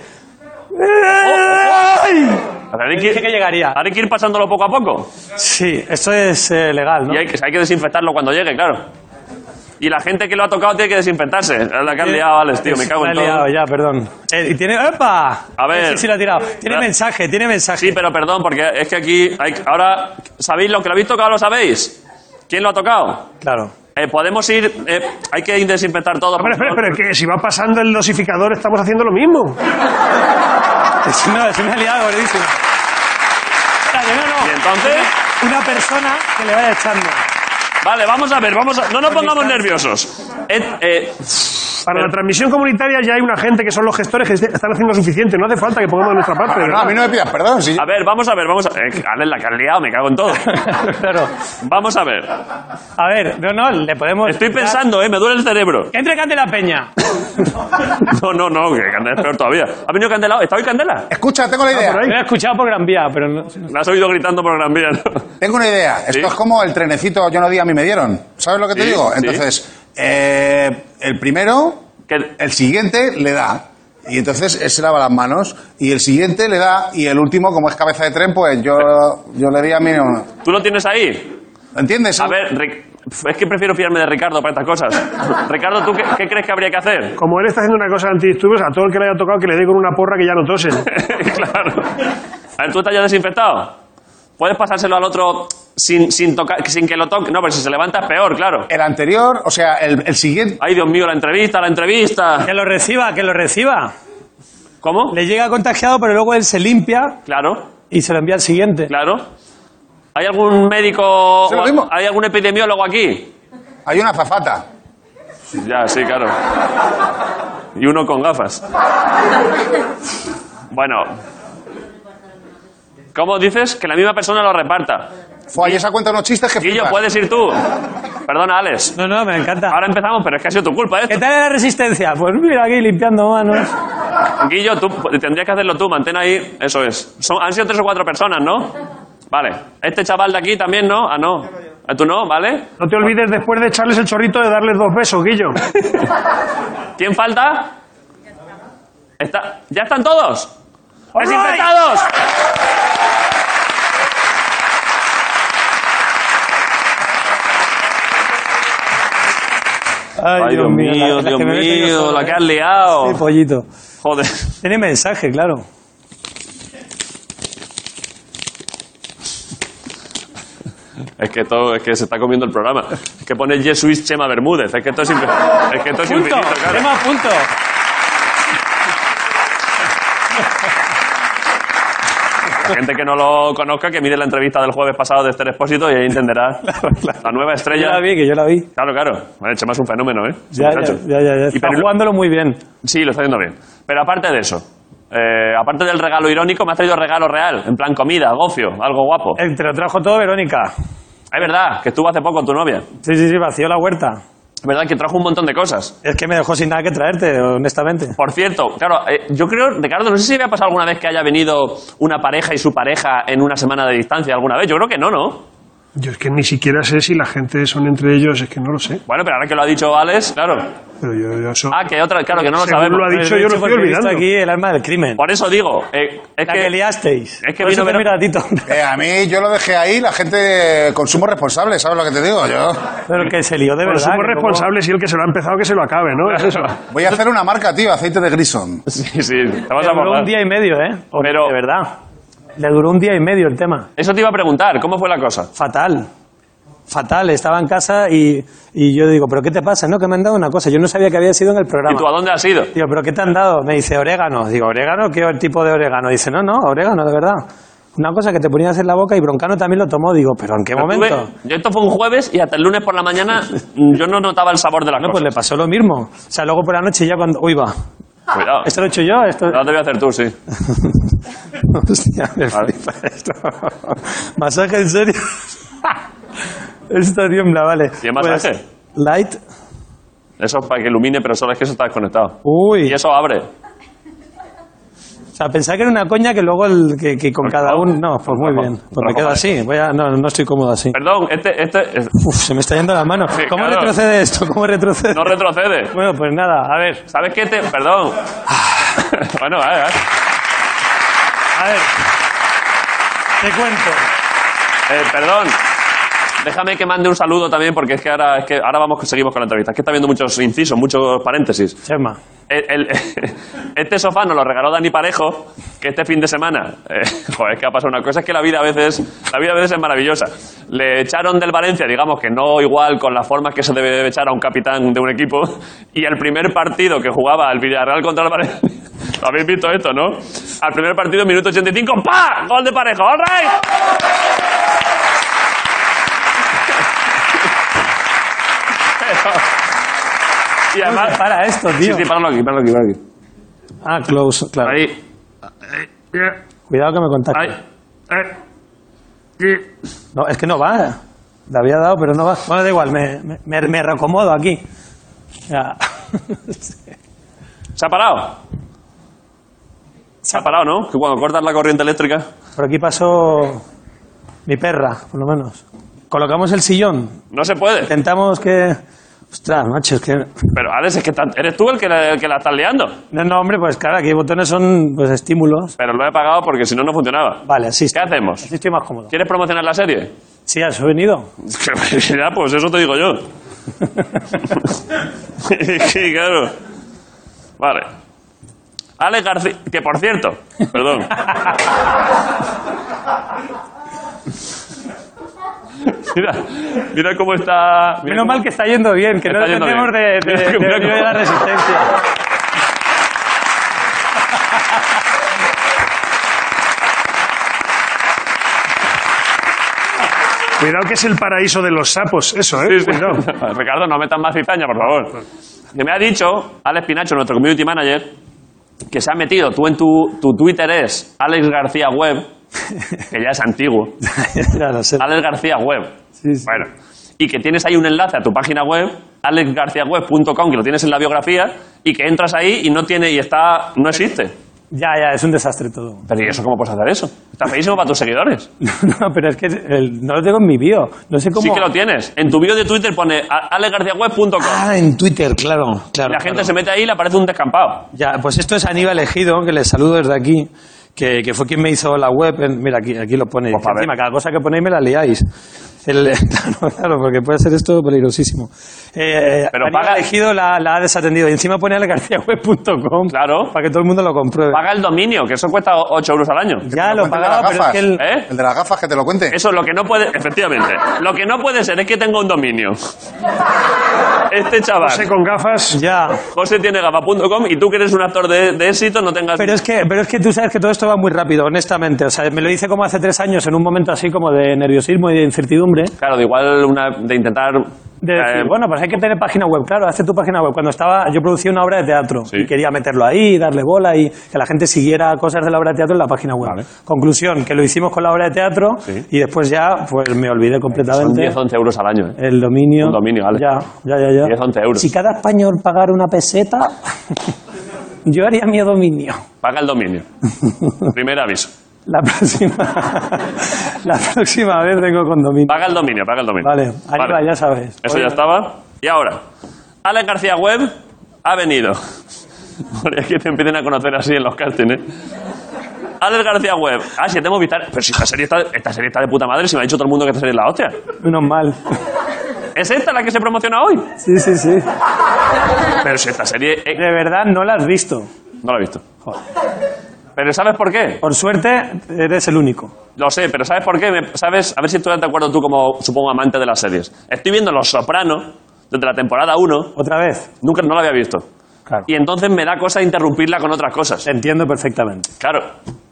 A: Ahora hay
I: Dije que llegaría.
A: ahora hay que ir pasándolo poco a poco.
I: Sí, esto es eh, legal, ¿no?
A: Y hay que, hay que desinfectarlo cuando llegue, claro. Y la gente que lo ha tocado tiene que desinfectarse. Es la que has liado, Alex, tío. Me cago
I: La
A: en
I: he
A: todo.
I: liado ya, perdón. Eh, y tiene... ¡Epa!
A: A ver.
I: Sí, sí, la ha tirado. Tiene
A: La-
I: mensaje, tiene mensaje.
A: Sí, pero perdón, porque es que aquí... Hay, ahora, ¿sabéis lo que lo habéis tocado? ¿Lo sabéis? ¿Quién lo ha tocado?
I: Claro.
A: Eh, podemos ir... eh, hay que desinfectar todo. por
B: Pero, pero,
A: favor.
B: pero, que si va pasando el dosificador estamos haciendo lo mismo.
I: Es una, es una liada gordísima. Espérate, no, no.
A: ¿Y entonces?
I: Una persona que le vaya echando.
A: Vale, vamos a ver, vamos a... No nos pongamos
I: distancia.
A: nerviosos. Eh, eh,
B: Para la transmisión comunitaria ya hay una gente que son los gestores que est- están haciendo lo suficiente. No hace falta que pongamos de nuestra parte.
D: Pero no, a mí no me pidas perdón. Si
A: a ver, vamos a ver, vamos a... eh, Alex, la que has liado, me cago en todo.
I: claro.
A: Vamos a ver.
I: A ver, no, no, le podemos...
A: Estoy pensando, eh, me duele el cerebro.
I: Que entre Cante la Peña.
A: No, no, no, que Candela es peor todavía. ¿Ha venido Candela? ¿Está hoy Candela?
D: Escucha, tengo la idea.
I: Lo he escuchado por Gran Vía, pero no...
A: La has oído gritando por Gran Vía, ¿no?
D: Tengo una idea. Esto
A: Sí.
D: es como el trenecito yo no di a mí me dieron. ¿Sabes lo que te
A: Sí,
D: digo?
A: sí.
D: Entonces, eh, el primero,
A: Que-
D: el siguiente le da. Y entonces él se lava las manos. Y el siguiente le da. Y el último, como es cabeza de tren, pues yo, yo le di a mí. no-
A: ¿Tú lo tienes ahí?
D: ¿Entiendes?
A: A ver, Ric- es que prefiero fiarme de Ricardo para estas cosas. Ricardo, ¿tú qué, qué crees que habría que hacer?
B: Como él está haciendo una cosa antidisturbios, a todo el que le haya tocado que le dé con una porra que ya no tose.
A: claro. A ver, ¿tú estás ya desinfectado? ¿Puedes pasárselo al otro sin, sin, tocar, sin que lo toque? No, pero si se levanta es peor, claro.
D: El anterior, o sea, el, el siguiente.
A: Ay, Dios mío, la entrevista, la entrevista.
I: Que lo reciba, que lo reciba.
A: ¿Cómo?
I: Le llega contagiado, pero luego él se limpia
A: Claro.
I: y se lo envía al siguiente.
A: Claro. ¿Hay algún médico o
D: Sí, lo mismo.
A: hay algún epidemiólogo aquí?
D: Hay una zafata.
A: Ya, sí, claro. Y uno con gafas. Bueno. ¿Cómo dices? Que la misma persona lo reparta.
D: Fue ayer se ha cuenta unos chistes que.
A: Guillo,
D: flipas.
A: puedes ir tú. Perdona, Alex.
I: No, no, me encanta.
A: Ahora empezamos, pero es que ha sido tu culpa ¿eh?
I: ¿Qué
A: esto.
I: tal la resistencia? Pues mira, aquí limpiando manos.
A: Guillo, tú tendrías que hacerlo tú, mantén ahí. Eso es. Son- han sido tres o cuatro personas, ¿no? Vale. Este chaval de aquí también, ¿no? Ah, no. ¿A tú no? ¿Vale?
B: No te olvides después de echarles el chorrito de darles dos besos, Guillo.
A: ¿Quién falta? Está- ¿Ya están todos? ¡Desinfectados! Ay, Dios mío,
I: la- la
A: Dios
I: que me meto yo
A: mío,
I: solo,
A: la
I: ¿eh?
A: que has liado.
I: Sí, pollito.
A: Joder.
I: Tiene mensaje, claro.
A: Es que, todo, es que se está comiendo el programa. Es que pone Jesuis Chema Bermúdez. Es que esto es, infe- es, que esto es
I: Punto.
A: infinito, claro.
I: Tema punto.
A: La gente que no lo conozca, que mire la entrevista del jueves pasado de Esther Expósito y ahí entenderá la
I: Yo
A: nueva
I: la
A: estrella.
I: vi, que yo la vi.
A: Claro, claro. Bueno, Chema es un fenómeno, ¿eh?
I: Ya, ya,
A: Muchacho.
I: ya, ya, ya.
A: Y
I: Está
A: pero-
I: jugándolo muy bien.
A: Sí, lo está haciendo bien. Pero aparte de eso, eh, aparte del regalo irónico, me ha traído regalo real, en plan comida, gofio, algo guapo.
I: Eh, Te lo trajo todo Verónica.
A: Es verdad, que estuvo hace poco con tu novia.
I: Sí, sí, sí, vació la huerta.
A: Es verdad que trajo un montón de cosas.
I: Es que me dejó sin nada que traerte, honestamente.
A: Por cierto, claro, eh, yo creo, Ricardo, no sé si había pasado alguna vez que haya venido una pareja y su pareja en una semana de distancia alguna vez. Yo creo que no, ¿no?
B: Yo es que ni siquiera sé si la gente son entre ellos, es que no lo sé.
A: Bueno, pero ahora que lo ha dicho Alex, claro.
B: Pero yo, yo so-
A: Ah, que otra, claro, que no lo
B: Según
A: sabemos.
B: lo ha dicho,
I: Lo he dicho
B: yo lo estoy
I: porque he visto
B: olvidando.
I: aquí el alma del crimen.
A: Por eso digo, eh, es
I: La que
A: que...
I: liasteis.
A: es que
I: Por
A: vino
I: eso te
A: Verón-
I: miro a ti, tonto.
D: Eh, a mí yo lo dejé ahí, la gente consumo responsable, ¿sabes lo que te digo? Yo
I: Pero que se lió de
B: Pero
I: verdad.
B: somos
I: que como-
B: responsables y el que se lo ha empezado que se lo acabe, ¿no? Es eso.
D: voy a hacer una marca, tío, aceite de Grison.
A: Sí, sí, te
I: Le
A: vas a
I: duró
A: acordar.
I: un día y medio, ¿eh? O-
A: Pero-
I: De verdad. Le duró un día y medio el tema.
A: Eso te iba a preguntar, ¿cómo fue la cosa?
I: Fatal. Fatal. Estaba en casa y, y yo digo, ¿pero qué te pasa? No, que me han dado una cosa. Yo no sabía que había sido en el
A: ¿Y tú a
I: programa.
A: dónde has ido?
I: Digo, ¿pero qué te han dado? Me dice, orégano. Digo, ¿orégano? ¿Qué tipo de orégano? Dice, no, no, orégano, de verdad. Una cosa que te ponías en la boca y Broncano también lo tomó. Digo, ¿pero en qué
A: Yo
I: momento?
A: tuve- yo esto fue un jueves y hasta el lunes por la mañana mm, yo no notaba el sabor de la
I: No, pues
A: cosa.
I: le pasó lo mismo. O sea, luego por la noche ya cuando... Uy, va.
A: Cuidado.
I: Esto lo he hecho yo, esto...
A: Ahora te voy a hacer tú, sí.
I: Hostia, me
A: Vale.
I: flipa esto. ¿Masaje en serio? esto tiembla, vale. Pues,
A: ¿Y el masaje?
I: light.
A: Eso es para que ilumine, pero solo es que eso está desconectado.
I: Uy.
A: Y eso abre.
I: O sea, pensaba que era una coña que luego el, que, que con
A: Por
I: cada
A: favor.
I: uno... No, pues muy
A: Por
I: bien.
A: favor.
I: Pues me quedo así. Voy a- no, no estoy cómodo así.
A: Perdón, este, este es-
I: Uf, se me está yendo la mano.
A: Sí,
I: ¿Cómo
A: claro.
I: retrocede esto? ¿Cómo retrocede?
A: no retrocede.
I: Bueno, pues nada, a ver.
A: ¿Sabes qué te...? Perdón. bueno, vale, vale.
I: A ver. Te cuento.
A: Eh, perdón. Déjame que mande un saludo también porque es que ahora, es que ahora vamos, seguimos con la entrevista. Es que está viendo muchos incisos, muchos paréntesis.
I: Chema.
A: El- el- este sofá nos lo regaló Dani Parejo, que este fin de semana, eh, joder, es que ha pasado una cosa, es que la vida a veces, la vida a veces es maravillosa. Le echaron del Valencia, digamos que no igual con las formas que se debe de echar a un capitán de un equipo, y el primer partido que jugaba el Villarreal contra el Valencia, lo habéis visto esto, ¿no? Al primer partido, minuto 85, ¡pa! Gol de Parejo, ¡all right! Y además,
I: Para esto,
A: Sí,
I: tío.
A: sí, páralo aquí, páralo aquí, páralo aquí.
I: Ah, close, claro.
A: Ahí,
I: Cuidado que me contacte.
A: ahí.
I: No, es que no va. Le había dado, pero no va. Bueno, da igual, me, me, me- me reacomodo aquí. Ya.
A: ¿Se ha parado? Se ha parado, ¿no? Que cuando cortas la corriente eléctrica.
I: Por aquí pasó mi perra, por lo menos. Colocamos el sillón.
A: No se puede.
I: Intentamos que. Ostras, macho, es que.
A: Pero, Alex, es que tan- eres tú el que, la, el que la estás liando.
I: No, no, hombre, pues claro, aquí botones son pues, estímulos.
A: Pero lo he apagado porque si no, no funcionaba.
I: Vale, así
A: ¿Qué
I: estoy.
A: hacemos?
I: Así estoy más cómodo.
A: ¿Quieres promocionar la serie?
I: Sí, has venido.
A: ya, pues eso te digo yo. sí, claro. Vale. Alex García, que por cierto, perdón. mira, mira cómo está. mira
I: Menos
A: cómo-
I: mal que está yendo bien, que
A: Está
I: no
A: yendo
I: dependemos de,
A: bien.
I: de,
A: Mira
I: de,
A: que- mira
I: de
A: cómo-
I: la resistencia.
B: Cuidado que es el paraíso de los sapos, eso,
A: Sí,
B: ¿eh?
A: sí.
B: Cuidado.
A: Ricardo, no metas más cizaña, por favor. Que me ha dicho Alex Pinacho, nuestro community manager, que se ha metido. Tú en tu, tu Twitter es Alex García Web, que ya es antiguo.
I: Ya lo sé.
A: Alex García Web.
I: Sí, sí.
A: Bueno, y que tienes ahí un enlace a tu página web, alexgarciaweb.com, que lo tienes en la biografía, y que entras ahí y no tiene, y está, no existe.
B: Ya, ya, es un desastre todo.
A: Pero ¿y eso cómo puedes hacer eso? Está feísimo para tus seguidores.
B: No, pero es que el- no lo tengo en mi bio. No sé cómo.
A: Sí que lo tienes. En tu bio de Twitter pone a- alegarciaweb.com.
B: Ah, en Twitter, claro, claro.
A: la gente
B: claro.
A: se mete ahí y le aparece un descampado.
B: Ya, pues esto es Aníbal Ejido, que les saludo desde aquí, que, que fue quien me hizo la web. En- Mira, aquí, aquí lo pone.
A: Pues, a ver.
B: Encima, cada cosa que ponéis me la liáis. El- claro, claro, porque puede ser esto peligrosísimo. Eh,
A: Pero
B: Aníbal
A: paga-
B: Ejido la, la ha desatendido. Y encima pone alegarciaweb.com
A: Claro.
B: para que todo el mundo lo compruebe.
A: Paga el dominio, que eso cuesta 8 euros al año.
B: ya
F: Lo
B: lo
F: cuente el de las
B: pagaba, pero es
F: gafas.
B: que el-
A: ¿Eh?
F: El de las gafas, que te lo cuente.
A: Eso lo que no puede, efectivamente, lo que no puede ser es que tenga un dominio. Este chaval,
J: José con gafas.
B: Ya.
A: José tiene gaba.com y tú que eres un actor de, de éxito no tengas...
B: Pero es, que, pero es que tú sabes que todo esto va muy rápido, honestamente. O sea, me lo hice como hace tres años, en un momento así como de nerviosismo y de incertidumbre.
A: Claro, de igual una, de intentar...
B: De decir,
A: eh,
B: bueno, pues hay que tener página web, claro, hazte tu página web. Cuando estaba, yo producía una obra de teatro
A: Sí.
B: y quería meterlo ahí, darle bola y que la gente siguiera cosas de la obra de teatro en la página web. Conclusión, que lo hicimos con la obra de teatro
A: Sí.
B: y después ya, pues me olvidé
A: son
B: completamente.
A: 10, 11 euros al año. ¿eh?
B: El dominio.
A: Un dominio, vale.
B: Ya, ya, ya. ya.
A: 10, 11 euros.
B: Si cada español pagara una peseta, yo haría mi dominio.
A: Paga el dominio. Primer aviso.
B: La próxima, la próxima vez vengo con dominio.
A: Paga el dominio, paga el dominio.
B: Vale, Aníbal, ya sabes.
A: Eso ya estaba. Y ahora, Alex García Web ha venido. Porque aquí te empiecen a conocer así en los castings, ¿eh? Alex García Web. Ah, si tengo Movistar. Pero si esta serie, está, esta serie está de puta madre, si me ha dicho todo el mundo que esta serie es la hostia.
B: Menos mal.
A: ¿Es esta la que se promociona hoy?
B: Sí, sí, sí.
A: Pero si esta serie... eh,
B: De verdad no la has visto.
A: no la he visto. Pero ¿sabes por qué?
B: Por suerte, eres el único.
A: Lo sé, pero ¿sabes por qué? Me- ¿Sabes? A ver si tú estás de acuerdo tú como, supongo, amante de las series. Estoy viendo Los Sopranos desde la temporada 1.
B: Otra vez.
A: Nunca, no la había visto.
B: Claro.
A: Y entonces me da cosa interrumpirla con otras cosas.
B: Te entiendo perfectamente.
A: Claro.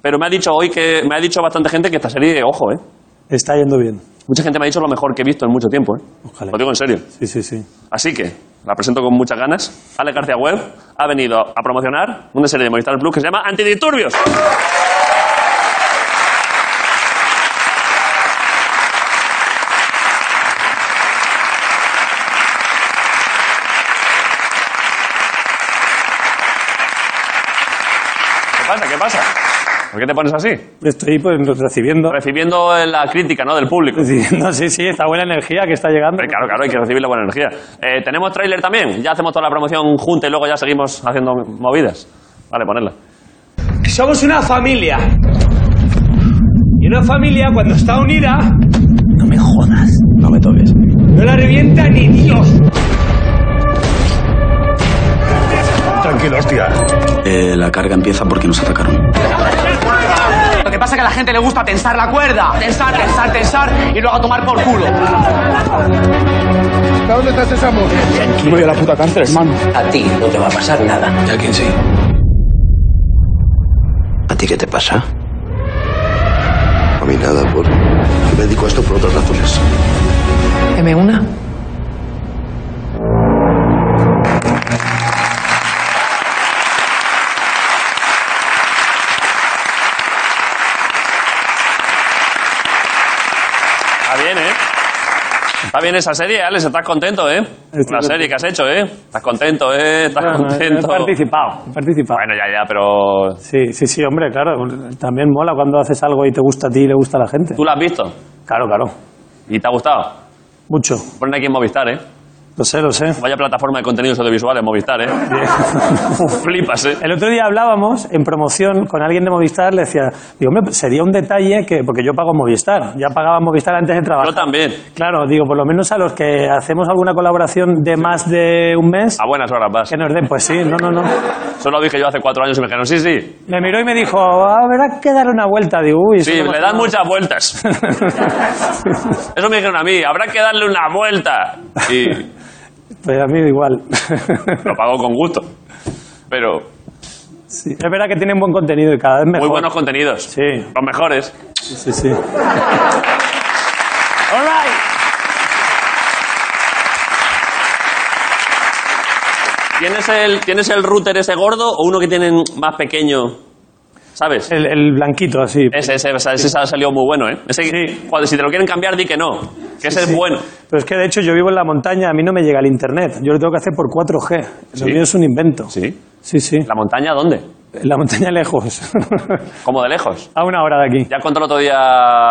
A: Pero me ha dicho hoy que... Me ha dicho bastante gente que esta serie, ojo, ¿eh?
B: Está yendo bien.
A: Mucha gente me ha dicho lo mejor que he visto en mucho tiempo, ¿eh?
B: Ojalá.
A: Lo digo en serio.
B: Sí, sí, sí.
A: Así que la presento con muchas ganas. Ale García Web ha venido a promocionar una serie de Movistar Plus que se llama Antidisturbios. ¿Qué pasa? ¿Qué pasa? ¿Por qué te pones así?
B: Estoy pues recibiendo,
A: Recibiendo la crítica, ¿no? Del público.
B: recibiendo, sí, sí, esta buena energía que está llegando.
A: Hombre, claro, claro, hay que recibir la buena energía. Eh, tenemos tráiler también. Ya hacemos toda la promoción junta y luego ya seguimos haciendo movidas. Vale, ponerla.
I: Somos una familia. Y una familia cuando está unida... No me jodas. No me toques. No la revienta ni Dios.
D: Tranquilo, hostia.
K: Eh, la carga empieza porque nos atacaron.
I: Lo que pasa es que a la gente le gusta tensar la cuerda. Tensar, tensar, tensar y luego tomar por culo.
D: ¿Dónde estás esa mujer? Me voy a la puta cárcel, hermano.
K: A ti no te va a pasar nada. ¿A quién sí? ¿A ti qué te pasa?
I: A mí nada, por... Me dedico a esto por otras razones.
K: ¿Me una?
A: Está bien, ¿eh? Está bien esa serie, Alex, estás contento, ¿eh? La serie que has hecho, ¿eh? Estás contento, ¿eh? Estás
B: Bueno, he
A: contento.
B: participado, he participado.
A: Bueno, ya, ya, pero...
B: Sí, sí, sí, hombre, claro. También mola cuando haces algo y te gusta a ti y le gusta a la gente.
A: ¿Tú la has visto?
B: Claro, claro.
A: ¿Y te ha gustado?
B: Mucho.
A: Ponen aquí en Movistar, ¿eh?
B: Lo sé, lo sé.
A: Vaya plataforma de contenidos audiovisuales, Movistar, ¿eh? Flipas, ¿eh?
B: El otro día hablábamos en promoción con alguien de Movistar, le decía, digo, hombre, pues sería un detalle que, porque yo pago Movistar, ya pagaba Movistar antes de trabajar.
A: Yo también.
B: Claro, digo, por lo menos a los que hacemos alguna colaboración de más de un mes,
A: A buenas horas vas.
B: que nos den, pues sí, no, no, no.
A: Solo dije yo hace cuatro años y me dijeron, sí, sí.
B: Me miró y me dijo, habrá que darle una vuelta, digo, uy. eso
A: Sí,
B: no
A: le
B: pasa
A: dan muchas vueltas.
B: nada.
A: Eso me dijeron a mí, habrá que darle una vuelta. Y
B: pues a mí igual.
A: lo pago con gusto. Pero
B: Sí, es verdad que tienen buen contenido y cada vez mejor.
A: muy buenos contenidos.
B: Sí.
A: Los mejores.
B: Sí, sí.
A: All right. ¿Tienes el, ¿Tienes el router ese gordo o uno que tienen más pequeño? ¿Sabes?
I: Eh,
B: El, el blanquito, así.
A: Ese, ese, ese, ese ha salido muy bueno, ¿eh? Ese,
B: Sí.
A: joder, si te lo quieren cambiar, di que no. Que ese es bueno.
B: Pero es que de hecho yo vivo en la montaña, a mí no me llega el internet. Yo lo tengo que hacer por 4G. Lo
A: Sí.
B: mío es un invento.
A: Sí.
B: sí. sí.
A: ¿La montaña dónde?
I: En La montaña lejos.
A: ¿Cómo de lejos?
I: A una hora de aquí.
A: Ya contó el otro día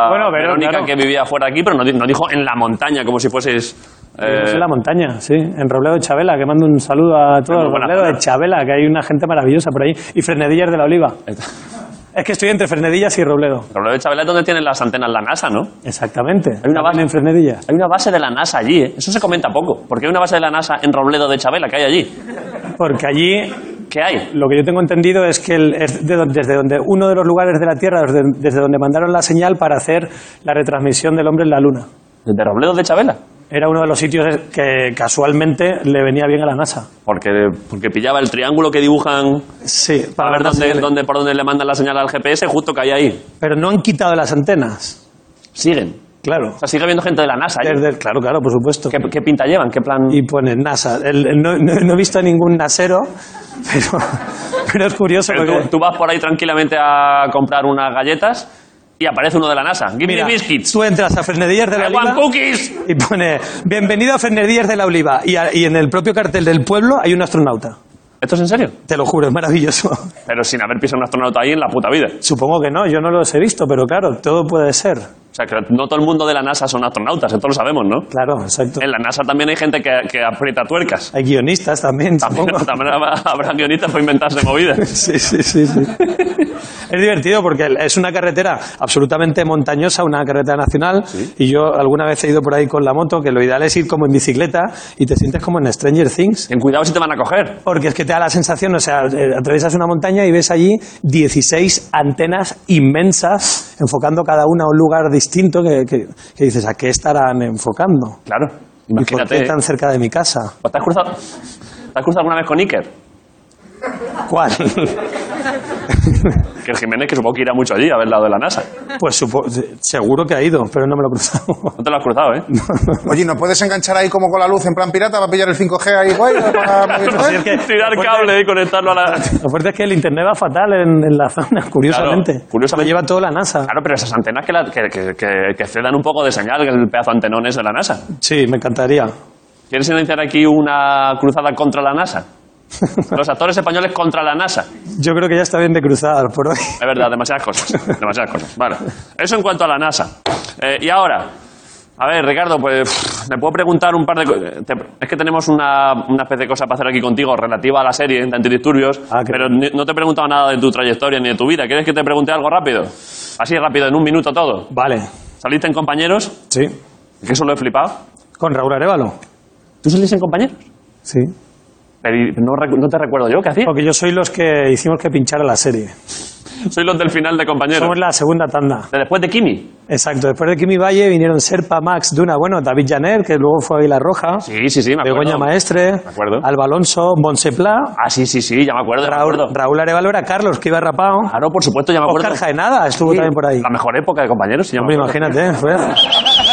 I: Bueno, pero,
A: Verónica
I: claro.
A: que vivía fuera de aquí, pero no, di- no dijo en la montaña, como si fueses... eh,
I: Vivimos en la montaña, sí. En Robledo de Chabela, que mando un saludo a todo
A: muy
I: el
A: buena
I: Robledo
A: zona.
I: de Chabela, que hay una gente maravillosa por ahí. Y Fresnedillas de la Oliva. Es que estoy entre Fresnedillas y Robledo.
A: Robledo de Chabela es donde tienen las antenas la NASA, ¿no?
I: Exactamente.
A: Hay una base.
I: En Fresnedillas.
A: Hay una base de la NASA allí, ¿eh? Eso se comenta poco. Porque hay una base de la NASA en Robledo de Chabela que hay allí.
I: Porque allí
A: ¿Qué hay?
I: Lo que yo tengo entendido es que el- es de don- desde donde uno de los lugares de la Tierra, desde, desde donde mandaron la señal para hacer la retransmisión del hombre en la Luna.
A: ¿De Robledo de Chabela?
I: Era uno de los sitios que casualmente le venía bien a la NASA.
A: Porque, porque pillaba el triángulo que dibujan
I: Sí,
A: para ver
I: mandar
A: dónde,
I: señales.
A: dónde- por dónde le mandan la señal al GPS, justo que hay ahí.
I: Pero no han quitado las antenas.
A: Siguen.
I: Claro.
A: O sea, sigue habiendo gente de la NASA allí.
I: Desde- claro, claro, por supuesto.
A: ¿Qué, qué pinta llevan? ¿Qué plan...?
I: Y ponen NASA. El- el- no, no- no he visto a ningún nasero, pero, pero es curioso.
A: Pero
I: porque-
A: tú, tú vas por ahí tranquilamente a comprar unas galletas y aparece uno de la NASA. Give
I: Mira,
A: me biscuits.
I: tú entras a Fernedillas de la
A: I want
I: Oliva
A: cookies.
I: y pone Bienvenido a Fernedillas de la Oliva. Y, a- y en el propio cartel del pueblo hay un astronauta.
A: ¿Esto es en serio?
I: Te lo juro, es maravilloso.
A: Pero sin haber pisado un astronauta ahí en la puta vida.
I: Supongo que no, yo no los he visto, pero claro, todo puede ser.
A: O sea, que no todo el mundo de la NASA son astronautas, esto lo sabemos, ¿no?
I: Claro, exacto.
A: En la NASA también hay gente que, que aprieta tuercas.
I: Hay guionistas también,
A: También,
I: supongo.
A: también habrá habrá guionistas para inventarse movidas.
I: Sí, sí, sí, sí. Es divertido porque es una carretera absolutamente montañosa, una carretera nacional. Y yo alguna vez he ido por ahí con la moto, que lo ideal es ir como en bicicleta y te sientes como en Stranger Things.
A: Ten cuidado si te van a coger.
I: Porque es que te da la sensación, o sea, eh, atraviesas una montaña y ves allí 16 antenas inmensas enfocando cada una a un lugar distinto que, que- que dices, ¿a qué estarán enfocando?
A: Claro.
I: ¿Y por qué
A: Imagínate.
I: tan cerca de mi casa?
A: ¿O ¿Te has cruzado, te has cruzado alguna vez con Iker?
I: ¿Cuál?
A: Que el Jiménez, que supongo que irá mucho allí, a ver el lado de la NASA.
I: pues supo- seguro que ha ido, pero no me lo he cruzado.
A: No te lo has cruzado, ¿eh?
D: Oye, ¿no puedes enganchar ahí como con la luz en plan pirata para pillar el 5G ahí, guay? Para...
I: Si es que-
A: Tirar cable y conectarlo a la...
I: Lo fuerte es que el internet va fatal en, en la zona, curiosamente.
A: curiosamente.
I: Lo lleva toda la NASA.
A: Claro, pero esas antenas que, la- que, que, que- que cedan un poco de señal, que es el pedazo de antenón ese de la NASA.
I: Sí, me encantaría.
A: ¿Quieres iniciar aquí una cruzada contra la NASA? Los actores españoles contra la NASA.
I: Yo creo que ya está bien de cruzar por hoy.
A: Es verdad, demasiadas cosas. Demasiadas cosas. Vale. Eso en cuanto a la NASA. Eh, y ahora, a ver, Ricardo, pues me puedo preguntar un par de cosas. Es que tenemos una, una especie de cosa para hacer aquí contigo relativa a la serie de antidisturbios,
I: Ah, qué
A: pero ni- no te he preguntado nada de tu trayectoria ni de tu vida. ¿Quieres que te pregunte algo rápido? Así rápido, en un minuto todo.
I: Vale,
A: ¿Saliste en compañeros?
I: sí.
A: Que eso lo he flipado.
I: Con Raúl Arevalo.
A: ¿Tú saliste en compañeros?
I: Sí.
A: Pero y- no, recu- no te recuerdo yo, ¿qué hacía?
I: Porque yo soy los que hicimos que pinchara la serie.
A: Soy los del final de compañeros.
I: Somos la segunda tanda.
A: De después de Kimi.
I: Exacto. Después de Kimi Valle vinieron Serpa, Max, Duna, bueno, David Janer, que luego fue Águila Roja,
A: Sí, sí, sí, me acuerdo.
I: Begoña Maestre,
A: acuerdo.
I: Alba Alonso, Bonseplá,
A: Ah, sí, sí, sí, ya me acuerdo. ya me acuerdo.
I: Raúl, Raúl Arevalo era Carlos, que iba rapado.
A: Claro, por supuesto, ya me acuerdo.
I: Oscar Jaenada estuvo
A: Sí,
I: también por ahí.
A: La mejor época de compañeros, si ya me
I: Hombre,
A: acuerdo.
I: imagínate, ¿eh? fue-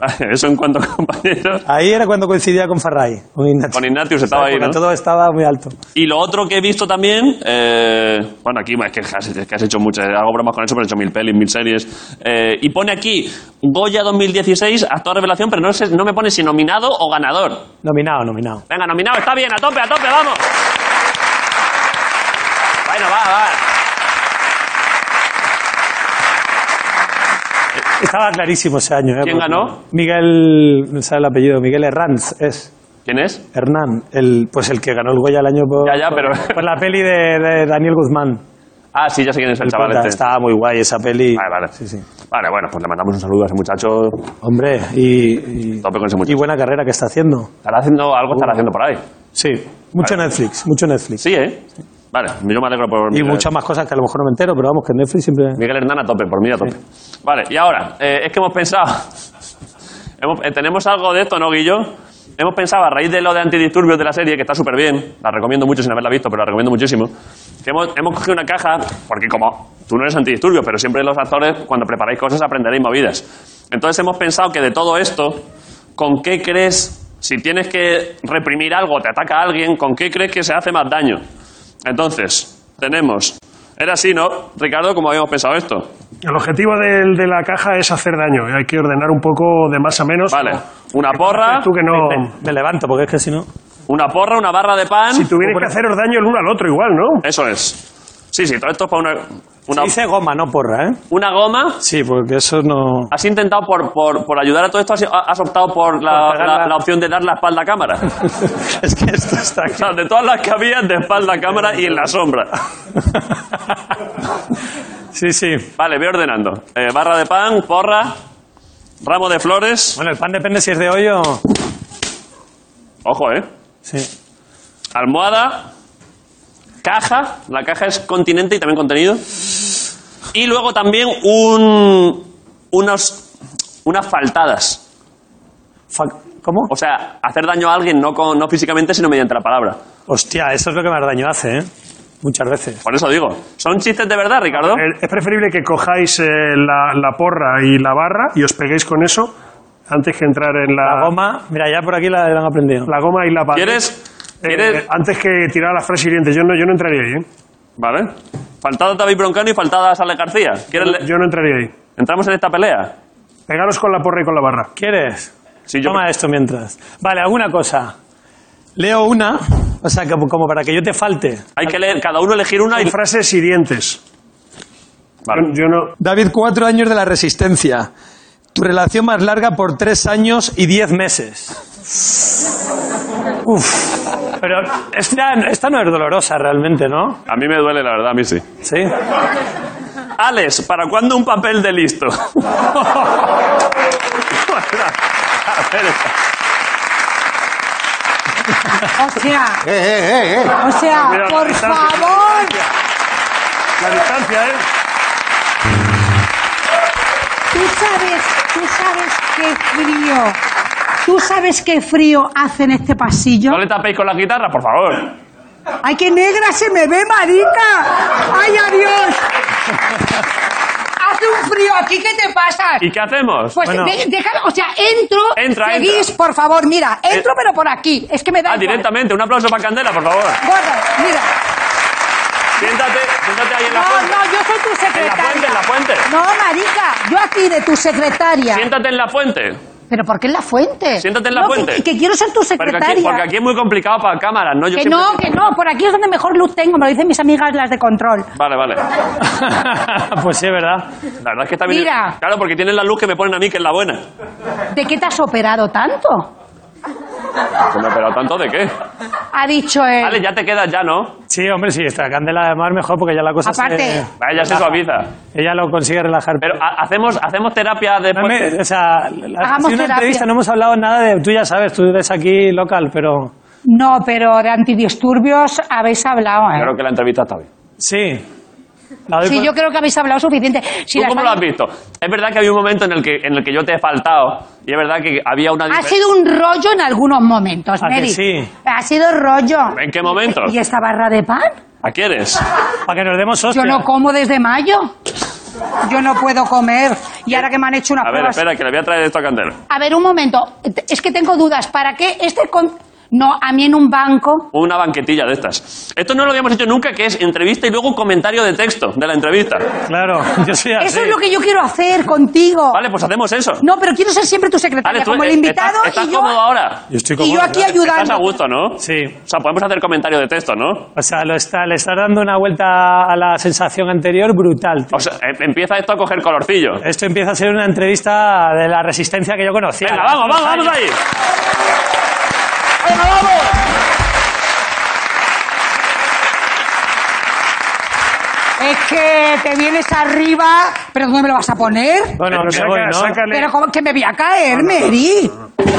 A: Vale, Eso en cuanto a compañeros.
I: Ahí era cuando coincidía con Farray, con Ignatius.
A: Con Ignatius estaba ahí,
I: Porque
A: ¿no?
I: Todo estaba muy alto.
A: Y lo otro que he visto también, eh, bueno, aquí es que has, es que has hecho muchas, hago bromas con eso, pero he hecho mil pelis, mil series. Eh, y pone aquí Goya 2016, actor revelación, pero no, sé- no me pone si nominado o ganador.
I: Nominado, nominado.
A: Venga, nominado, está bien, a tope, a tope, vamos. Bueno, va, va.
I: Estaba clarísimo ese año. ¿eh?
A: ¿Quién
I: Porque
A: ganó?
I: Miguel, no sabe el apellido, Miguel Herranz es.
A: ¿Quién es?
I: Hernán, el, pues el que ganó el Goya el año por,
A: Ya, ya,
I: por-
A: pero-
I: por la peli de, de Daniel Guzmán.
A: Ah, sí, ya sé quién es el,
I: El
A: chaval
I: prota.
A: este.
I: Estaba muy guay esa peli.
A: Vale, vale.
I: Sí, sí.
A: Vale, bueno, pues le mandamos un saludo a ese muchacho.
I: Hombre, y, y,
A: Tope con ese muchacho.
I: y buena carrera que está haciendo.
A: Estará haciendo, algo estará haciendo por ahí.
I: Sí, mucho Netflix, mucho Netflix.
A: Sí, ¿eh? Vale, yo me alegro por
I: Y
A: Miguel.
I: muchas más cosas que a lo mejor no me entero, pero vamos, que Netflix siempre...
A: Miguel Hernán a tope, por mí a tope. Vale, y ahora, eh, es que hemos pensado... hemos- eh, ¿Tenemos algo de esto, no, Guillo? Hemos pensado, a raíz de lo de antidisturbios de la serie, que está súper bien, la recomiendo mucho sin haberla visto, pero la recomiendo muchísimo, que hemos, hemos cogido una caja, porque como tú no eres antidisturbios, pero siempre los actores, cuando preparáis cosas, aprenderéis movidas. Entonces hemos pensado que de todo esto, ¿con qué crees, si tienes que reprimir algo, te ataca a alguien, ¿con qué crees que se hace más daño? Entonces, tenemos... Era así, ¿no, Ricardo? Como habíamos pensado esto.
B: El objetivo del- de, la caja es hacer daño. Hay que ordenar un poco de más a menos.
A: Vale, una porra.
B: Tú que no.
I: Me levanto, porque es que si no...
A: Una porra, una barra de pan.
B: Si tuvieras que haceros daño el uno al otro, igual, ¿no?
A: Eso es. Sí, sí, todo esto es para una. una
I: Dice goma, no porra, ¿eh?
A: ¿Una goma?
I: Sí, porque eso no.
A: ¿Has intentado por, por, por ayudar a todo esto? ¿Has, has optado por la,
I: Por pegar
A: la-
I: la-
A: la opción de dar la espalda a cámara?
I: es que esto está.
A: O sea, de todas las que había, de espalda a cámara y en la sombra.
I: Sí, sí.
A: Vale, voy ordenando. Eh, barra de pan, porra, ramo de flores.
I: Bueno, el pan depende si es de hoy o.
A: Ojo, ¿eh?
I: Sí.
A: Almohada, caja. La caja es continente y también contenido. Y luego también un, unos, unas faltadas.
I: ¿Cómo?
A: O sea, hacer daño a alguien no, con- no físicamente, sino mediante la palabra.
I: Hostia, eso es lo que más daño hace, ¿eh? Muchas veces.
A: Por eso digo. ¿Son chistes de verdad, Ricardo?
B: Eh, Es preferible que cojáis eh, la, la porra y la barra y os peguéis con eso antes que entrar en la,
I: La goma, mira, ya por aquí la, Ah. la han aprendido.
B: la goma y la barra.
A: ¿Quieres?
B: Eh,
A: ¿Quieres?
B: eh, antes que tirar las frases hirientes. Yo no, yo no entraría ahí, ¿eh?
A: Vale. Faltada David Broncano y faltada Sale García. ¿Quieres le-
B: Yo no entraría ahí.
A: ¿Entramos en esta pelea?
B: Pegaros con la porra y con la barra.
I: ¿Quieres?
A: Sí, yo-
I: Toma esto mientras. Vale, alguna cosa. Leo una, o sea, como, como para que yo te falte.
A: Hay que leer, cada uno elegir una y...
B: Hay frases hirientes.
A: Vale.
B: Yo, yo no.
I: David, cuatro años de la resistencia. Tu relación más larga por tres años y diez meses. Uf. Pero esta, esta no es dolorosa realmente, ¿no?
A: A mí me duele, la verdad, a mí sí.
I: Sí.
A: Alex, ¿para cuándo un papel
L: Ah,
A: de listo?
L: O sea,
D: ¡Eh, eh, eh! eh.
L: o sea,
B: Mira,
L: por
B: está-
L: favor.
B: La distancia, ¿eh?
L: Tú sabes, tú sabes qué frío. Tú sabes qué frío hace en este pasillo.
A: No le tapéis con la guitarra, por favor.
L: ¡Ay, qué negra se me ve, marica! ¡Ay, adiós! Hace un frío aquí, ¿qué te pasa?
A: ¿Y qué hacemos?
L: Pues
I: Bueno.
L: de- déjame, o sea, entro,
A: Entra,
L: seguís,
A: entra.
L: por favor, mira, entro
A: Eh.
L: pero por aquí, es que me da
A: Ah,
L: igual.
A: directamente. Un aplauso para Candela, por favor.
L: Bueno, mira,
A: Siéntate, siéntate ahí en la
L: no,
A: fuente.
L: no, yo soy tu
A: En la
L: secretaria.
A: fuente, en la fuente.
L: No, marica, yo aquí de tu secretaria.
A: Siéntate en la fuente.
L: ¿Pero por qué en la fuente?
A: Siéntate en la
L: No,
A: fuente.
L: Que, que quiero ser tu
A: Porque
L: secretaria.
A: aquí, porque aquí es muy complicado para cámaras, ¿no? Yo
L: que
A: siempre-
L: no, que no, por aquí es donde mejor luz tengo, me lo dicen mis amigas las de control.
A: Vale, vale.
I: pues sí, ¿verdad?
A: La verdad es que está bien.
L: Mira.
A: Claro, porque tienen la luz que me ponen a mí, que es la buena.
L: ¿De qué te has operado tanto?
A: Pues me he operado tanto de
L: Eh.
A: qué.
L: Ha dicho él.
A: Vale, ya te quedas ya, ¿no?
I: Sí, hombre, sí, esta candela además mejor porque ya la cosa
L: Aparte.
I: se...
A: Vale, ya se suaviza.
I: Ella lo consigue relajar.
A: Pero pues, ha- hacemos, hacemos terapia
I: No me-
A: después.
I: o sea, la- si
L: Hagamos
I: una
L: terapia.
I: entrevista no hemos hablado nada de... Tú ya sabes, tú eres aquí local, pero...
L: No, pero de antidisturbios habéis hablado, ¿eh?
A: Claro que la entrevista está bien.
I: Sí. La doy
L: Sí,
I: por-
L: yo creo que habéis hablado suficiente. Si
A: ¿Tú
L: las
A: cómo lo
L: van-
A: has visto? Es verdad que había un momento en el que, en el que yo te he faltado y es verdad que había una...
L: Ha
A: diferencia.
L: sido un rollo en algunos momentos,
I: ¿A que
L: Mary.
I: sí?
L: Ha sido rollo.
A: ¿En qué momento?
L: ¿Y esta barra de pan?
A: ¿A quién eres?
I: Para que nos demos
L: Yo
I: hostia.
L: no como desde mayo. Yo no puedo comer. Y ahora que me han hecho una
A: A ver,
L: pruebas...
A: espera, que le voy a traer esto a Candela.
L: A ver, un momento. Es que tengo dudas. ¿Para qué este... con- No, a mí en un banco...
A: Una banquetilla de estas. Esto no lo habíamos hecho nunca, que es entrevista y luego comentario de texto de la entrevista.
I: Claro, yo soy así.
L: Eso es lo que yo quiero hacer contigo.
A: Vale, pues hacemos eso.
L: No, pero quiero ser siempre tu secretaria,
A: Vale, tú,
L: como el
A: eh,
L: invitado
A: estás, estás
L: y yo...
A: cómodo ¿eh? ahora.
I: Yo estoy
L: Y
I: cómodo,
L: yo aquí
I: claro.
A: Estás a
L: ayudando.
A: gusto, ¿no?
I: Sí.
A: O sea, podemos hacer comentario de texto, ¿no?
I: O sea, lo está, le estás dando una vuelta a la sensación anterior brutal. tío.
A: O sea, em- empieza esto a coger colorcillo.
I: Esto empieza a ser una entrevista de la resistencia que yo conocía.
A: Venga, vamos, vamos, vamos ahí.
L: Venga, vamos. Es que te vienes arriba, pero ¿dónde me lo vas a poner?
I: Bueno,
B: Pero
I: me
B: saca-
I: voy, ¿no?
B: sácale,
L: Pero como que me voy a caer, Mary.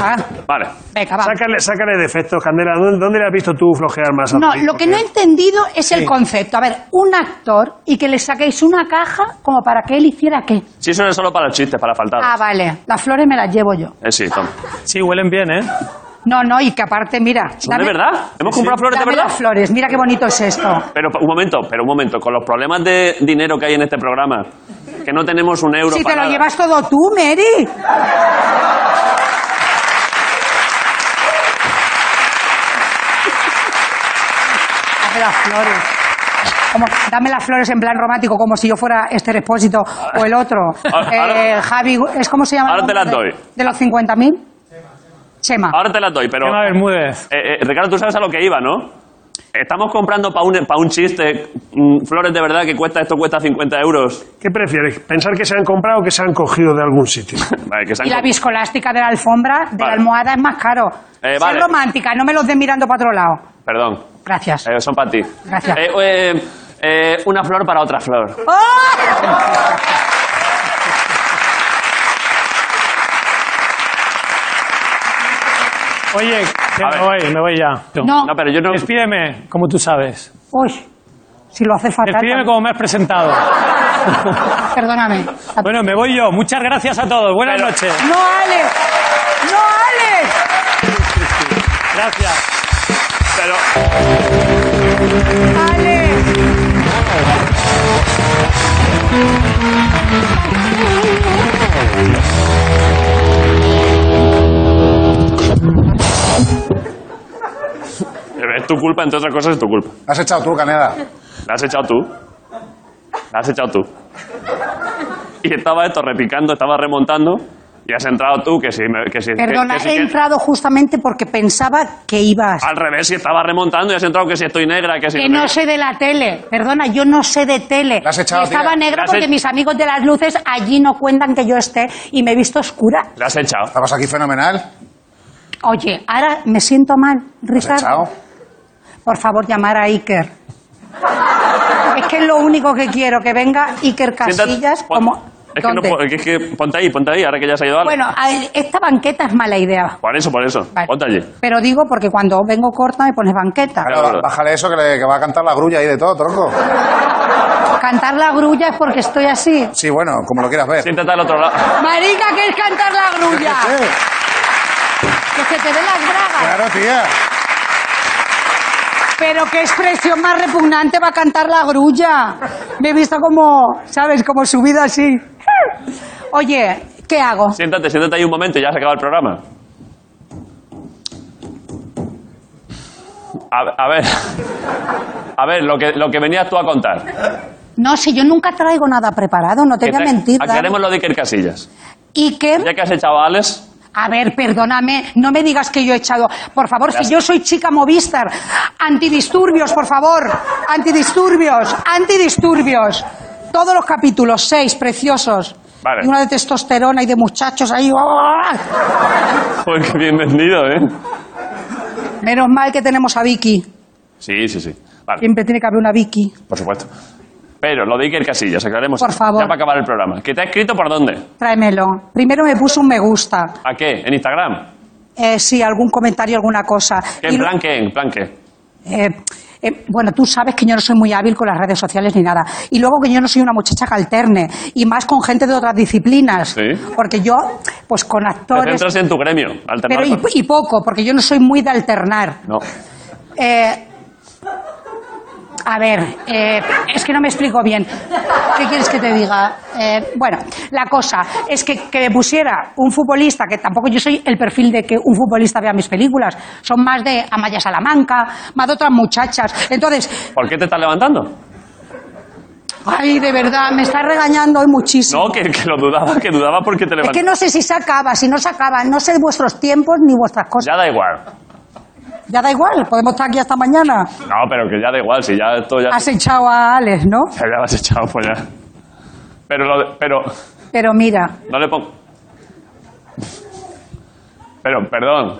L: Ah,
A: Vale.
L: venga, va.
B: sácale, sácale defectos, Candela. ¿Dónde, dónde le has visto tú flojear más? a
L: No,
B: David?
L: lo que no he entendido es el concepto. A ver, un actor y que le saquéis una caja como para que él hiciera qué.
A: Si eso no es solo para los chistes, para faltar.
L: Ah, vale. Las flores me las llevo yo.
A: Eh, sí, toma.
I: Sí, huelen bien, ¿eh?
L: No, no, y que aparte, mira.
A: ¿Son de verdad? ¿Hemos comprado flores de
L: dame
A: verdad?
L: las flores, mira qué bonito es esto.
A: Pero un momento, pero un momento, con los problemas de dinero que hay en este programa, que no tenemos un euro
L: Si
A: para
L: te lo
A: nada.
L: llevas todo tú, Mary. Dame las flores. Como, dame las flores en plan romántico, como si yo fuera este expósito o el otro.
A: Ahora-
L: Eh, Javi, ¿es cómo se llama? el
A: ahora te
L: nombre
A: las
L: de-
A: doy.
L: ¿De los 50.000? Chema.
A: Ahora te las doy, pero.
I: Chema Bermúdez.
A: Eh, eh, Ricardo, tú sabes a lo que iba, ¿no? Estamos comprando para un, pa' un chiste mm, flores de verdad que cuesta esto cuesta 50 euros.
B: ¿Qué prefieres? ¿Pensar que se han comprado o que se han cogido de algún sitio?
A: Vale, que se han
L: Y la
A: comprado.
L: viscolástica de la alfombra, de
A: Vale.
L: la almohada, es más caro.
A: Eh,
L: Ser
A: vale.
L: romántica, no me los de mirando para otro lado.
A: Perdón.
L: Gracias.
A: Eh, son para ti.
L: Gracias.
A: Eh, eh, eh, una flor para otra flor.
L: ¡Oh!
I: Oye, que me voy, me voy ya.
L: No.
A: pero yo no.
I: Despídeme, como tú sabes.
L: Uy, si lo haces fatal.
I: Despídeme como me has presentado.
L: Perdóname.
I: Bueno, me voy yo. Muchas gracias a todos. Buenas noches.
L: No, Alex. No, Alex.
I: Gracias.
A: Pero. Es tu culpa, entre otras cosas, es tu culpa.
D: La has echado tú, Caneda.
A: La has echado tú. La has echado tú. Y estaba esto repicando, estaba remontando. Y has entrado tú, que si... me- que si- que-
L: Perdona,
A: que si-
L: he
A: que-
L: entrado justamente porque pensaba que ibas.
A: al revés, si estaba remontando y has entrado que si estoy negra, que si...
L: Que
A: no sé
L: no sé de la tele. Perdona, yo no sé de tele.
A: has echado,
L: Estaba
A: tía.
L: negro
A: La has
L: porque
A: e-
L: mis amigos de las luces allí no cuentan que yo esté y me he visto oscura.
A: qué. La has echado.
D: Estabas aquí fenomenal.
L: Oye, ahora me siento mal,
D: Has
L: Ricardo.
D: echado.
L: Por favor, llamar a Iker. es que es lo único que quiero, que venga Iker
A: Siéntate,
L: Casillas
A: pon-
L: como...
A: Es que, no
L: ¿Dónde?
A: puedo- es que- es que ponte ahí, ponte ahí, ahora que ya se ha ido Alex.
L: Bueno, a- esta banqueta es mala idea.
A: Por eso, por eso.
L: Vale.
A: Ponte allí.
L: Pero digo porque cuando vengo corta me pones banqueta.
D: Claro, ba- bájale eso que, le- que va a cantar la grulla ahí de todo, tronco.
L: Cantar la grulla es porque estoy así.
D: Sí, bueno, como lo quieras ver.
A: Siéntate al otro lado.
L: Marica, que es cantar la grulla. Que se te den las bragas.
D: Claro, tía.
L: Pero qué expresión más repugnante va a cantar la grulla. Me he visto como, ¿sabes? Como subida así. Oye, ¿qué hago?
A: Siéntate, siéntate ahí un momento y ya se acaba el programa. A, a ver. A ver, lo que, lo que venías tú a contar.
L: No, si yo nunca traigo nada preparado, no te
A: Que
L: voy a
A: te-
L: mentir. Dani.
A: Aclaremos lo de Iker Casillas.
L: ¿Y qué?
A: Ya que has echado a Alex,
L: A ver, perdóname, no me digas que yo he echado. Por favor, si yo soy chica Movistar, antidisturbios, por favor, antidisturbios, antidisturbios. Todos los capítulos, seis, preciosos.
A: Vale.
L: Y uno de testosterona y de muchachos ahí. ¡ah!
A: joder, qué bien vendido, pues ¿eh?
L: Menos mal que tenemos a Vicky.
A: Sí, sí, sí. Vale,
L: Siempre tiene que haber una Vicky.
A: por supuesto. Pero lo de Iker Casillas, aclaremos.
L: Por favor.
A: Ya para acabar el programa. ¿Que te ha escrito por dónde?
L: Tráemelo. Primero me puso un me gusta.
A: ¿A qué? ¿En Instagram?
L: Eh, sí, algún comentario, alguna cosa.
A: ¿Qué,
L: Y
A: ¿En
L: lo-
A: plan qué? ¿En plan qué?
L: Eh, eh, bueno, tú sabes que yo no soy muy hábil con las redes sociales ni nada. Y luego que yo no soy una muchacha que alterne. Y más con gente de otras disciplinas.
A: Sí.
L: Porque yo, pues con
A: Te
L: actores.
A: centras en tu gremio. alternar
L: Pero y,
A: con-
L: y poco, porque yo no soy muy de alternar.
A: No.
L: Eh, a ver, eh, es que no me explico bien. ¿Qué quieres que te diga? Eh, bueno, la cosa es que, que me pusiera un futbolista, que tampoco yo soy el perfil de que un futbolista vea mis películas, son más de Amaya Salamanca, más de otras muchachas. Entonces,
A: ¿Por qué te estás levantando?
L: ay, de verdad, me está regañando hoy muchísimo.
A: No, que, que lo dudaba, que dudaba porque te
L: Es
A: levantas.
L: que no sé si se acaba, si no se acaba, no sé vuestros tiempos ni vuestras cosas.
A: Ya da igual.
L: Ya da igual, podemos estar aquí hasta mañana.
A: No, pero que ya da igual, si ya esto ya.
L: Has echado a Alex, ¿no?
A: Ya lo has echado, pues ya. Pero, lo de- pero,
L: Pero mira,
A: no le pongo. Pero, perdón,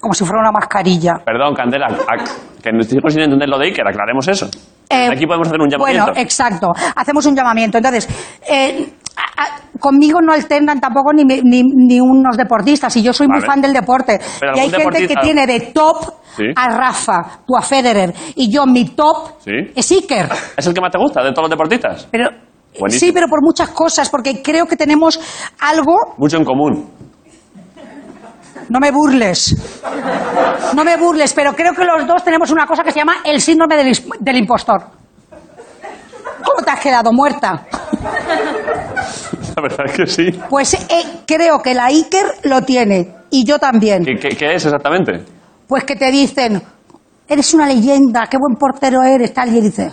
L: como si fuera una mascarilla.
A: perdón, Candela, a- que nos sigo sin entender lo de Iker, aclaremos eso.
L: Eh,
A: Aquí podemos hacer un llamamiento.
L: Bueno, eh, exacto. Hacemos un llamamiento. Entonces, eh, a- a- conmigo no alternan tampoco ni, me- ni, ni unos deportistas. Y yo soy muy
A: Vale.
L: fan del deporte.
A: Pero
L: y hay
A: algún
L: gente que
A: deportista-
L: tiene de top
A: Sí.
L: a Rafa, tú a Federer. Y yo, mi top
A: Sí.
L: es Iker.
A: ¿Es el que más te gusta de todos los deportistas?
L: Pero,
A: Buenísimo.
L: Sí, pero por muchas cosas, porque creo que tenemos algo.
A: Mucho en común.
L: No me burles. No me burles, pero creo que los dos tenemos una cosa que se llama el síndrome del, is- del impostor. ¿Cómo te has quedado muerta?
A: La verdad es que sí.
L: Pues eh, creo que la Iker lo tiene y yo también.
A: ¿Qué, qué- qué es exactamente?
L: Pues que te dicen, eres una leyenda, qué buen portero eres, tal, y él dice,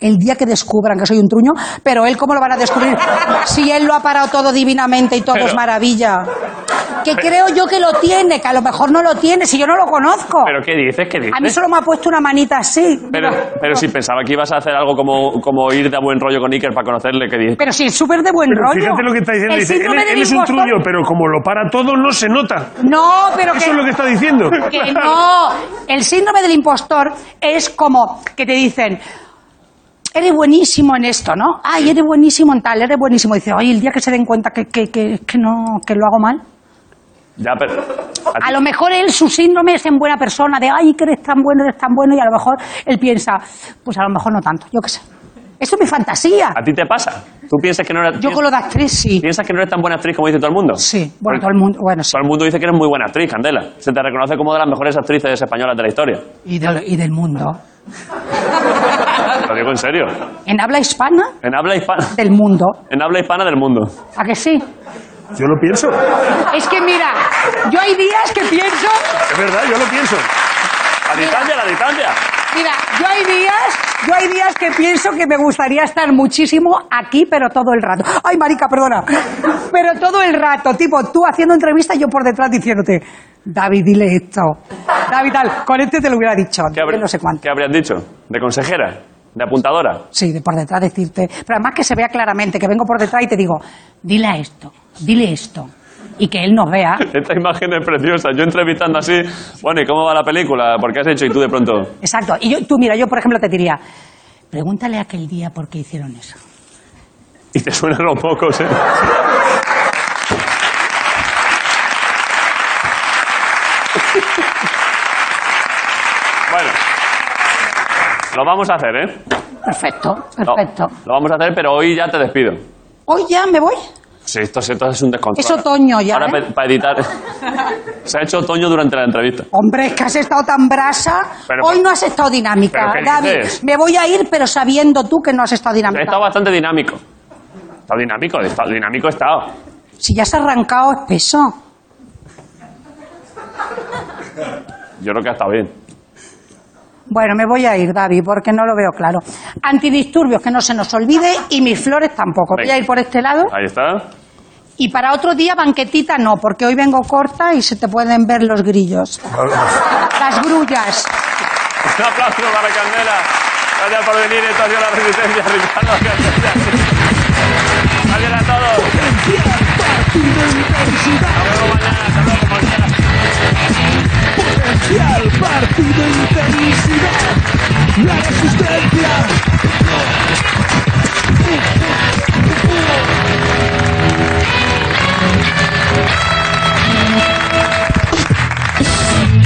L: el día que descubran que soy un truño, pero él cómo lo van a descubrir si él lo ha parado todo divinamente y todo
A: Pero-
L: es maravilla. que creo yo que lo tiene, que a lo mejor no lo tiene, si yo no lo conozco.
A: ¿Pero qué dices? ¿Qué dices?
L: A mí solo me ha puesto una manita así.
A: Pero, pero si pensaba que ibas a hacer algo como, como ir de buen rollo con Iker para conocerle, que dices?
L: Pero si es súper de buen
B: Pero
L: rollo.
B: fíjate lo que está diciendo.
L: El
B: dice, él,
L: síndrome del
B: él es un
L: impostor.
B: trullo, pero como lo para todo, no se nota.
L: No, pero
B: Eso
L: que-
B: es lo que está diciendo.
L: Que no. El síndrome del impostor es como que te dicen. Eres buenísimo en esto, ¿no? Ay, eres buenísimo en tal, eres buenísimo. Y dice, oye, el día que se den cuenta que, que, que, que no, que lo hago mal.
A: Ya, pero... a ti-
L: A lo mejor él, su síndrome es en buena persona, de, ay, que eres tan bueno, eres tan bueno, y a lo mejor él piensa, pues a lo mejor no tanto, yo qué sé. Eso es mi fantasía.
A: ¿A ti te pasa? ¿Tú piensas que no eres...
L: Yo con lo de actriz sí.
A: ¿Piensas que no eres tan buena actriz como dice todo el mundo? Sí,
L: bueno, todo el mundo, bueno,
A: Todo el mundo dice que eres muy buena actriz, Candela. Se te reconoce como de las mejores actrices españolas de la historia.
L: Y del, y del mundo.
A: Lo digo en serio.
L: En habla hispana,
A: En habla hispana.
L: Del mundo.
A: En habla hispana del mundo.
L: ¿a que sí?
B: Yo lo pienso.
L: Es que mira, yo hay días que pienso,
B: Es verdad, yo lo pienso.
A: ¡A distancia, a distancia!
L: mira, yo hay días, yo hay días que pienso que me gustaría estar muchísimo aquí, pero todo el rato. Ay, marica, perdona. Pero todo el rato, tipo, tú haciendo entrevista y yo por detrás diciéndote, David, dile esto. David, tal, con este te lo hubiera dicho.
A: ¿Qué, habr- qué habrían dicho? ¿De consejera? ¿De apuntadora?
L: Sí, de por detrás decirte. Pero además que se vea claramente, que vengo por detrás y te digo, dile a esto, dile esto. Y que él nos vea.
A: Esta imagen es preciosa. Yo entrevistando así. Bueno, ¿y cómo va la película? ¿Por qué has hecho? Y tú de pronto.
L: Exacto. Y yo, tú, mira, yo por ejemplo te diría, pregúntale aquel día por qué hicieron eso.
A: Y te suenan los pocos, ¿eh? bueno. Lo vamos a hacer, ¿eh?
L: Perfecto,
A: No,
L: perfecto.
A: lo vamos a hacer, pero hoy ya te despido.
L: Hoy ya me voy.
A: Sí, esto, esto es un descontrol.
L: Es otoño ya,
A: Ahora,
L: ¿eh?
A: para editar. Se ha hecho otoño durante la entrevista.
L: Hombre, es que has estado tan brasa.
A: Pero-
L: Hoy no has estado dinámica,
A: ¿Pero qué
L: David.
A: dices?
L: Me voy a ir, pero sabiendo tú que no has estado
A: He
L: dinámica.
A: estado bastante dinámico. He estado dinámico, he estado dinámico he estado.
L: Si ya has arrancado espeso.
A: Yo creo que ha estado bien.
L: Bueno, me voy a ir, David, porque no lo veo claro. Antidisturbios, que no se nos olvide, y mis flores tampoco. Voy
A: Venga.
L: a ir por este lado.
A: Ahí está.
L: Y para otro día, banquetita no, porque hoy vengo corta y se te pueden ver los grillos. Las grullas.
A: Un aplauso para Candela. Gracias por venir. Esto ha sido la resistencia, Ricardo Candela. Gracias a todos.
K: Potencial partido intensidad. La resistencia.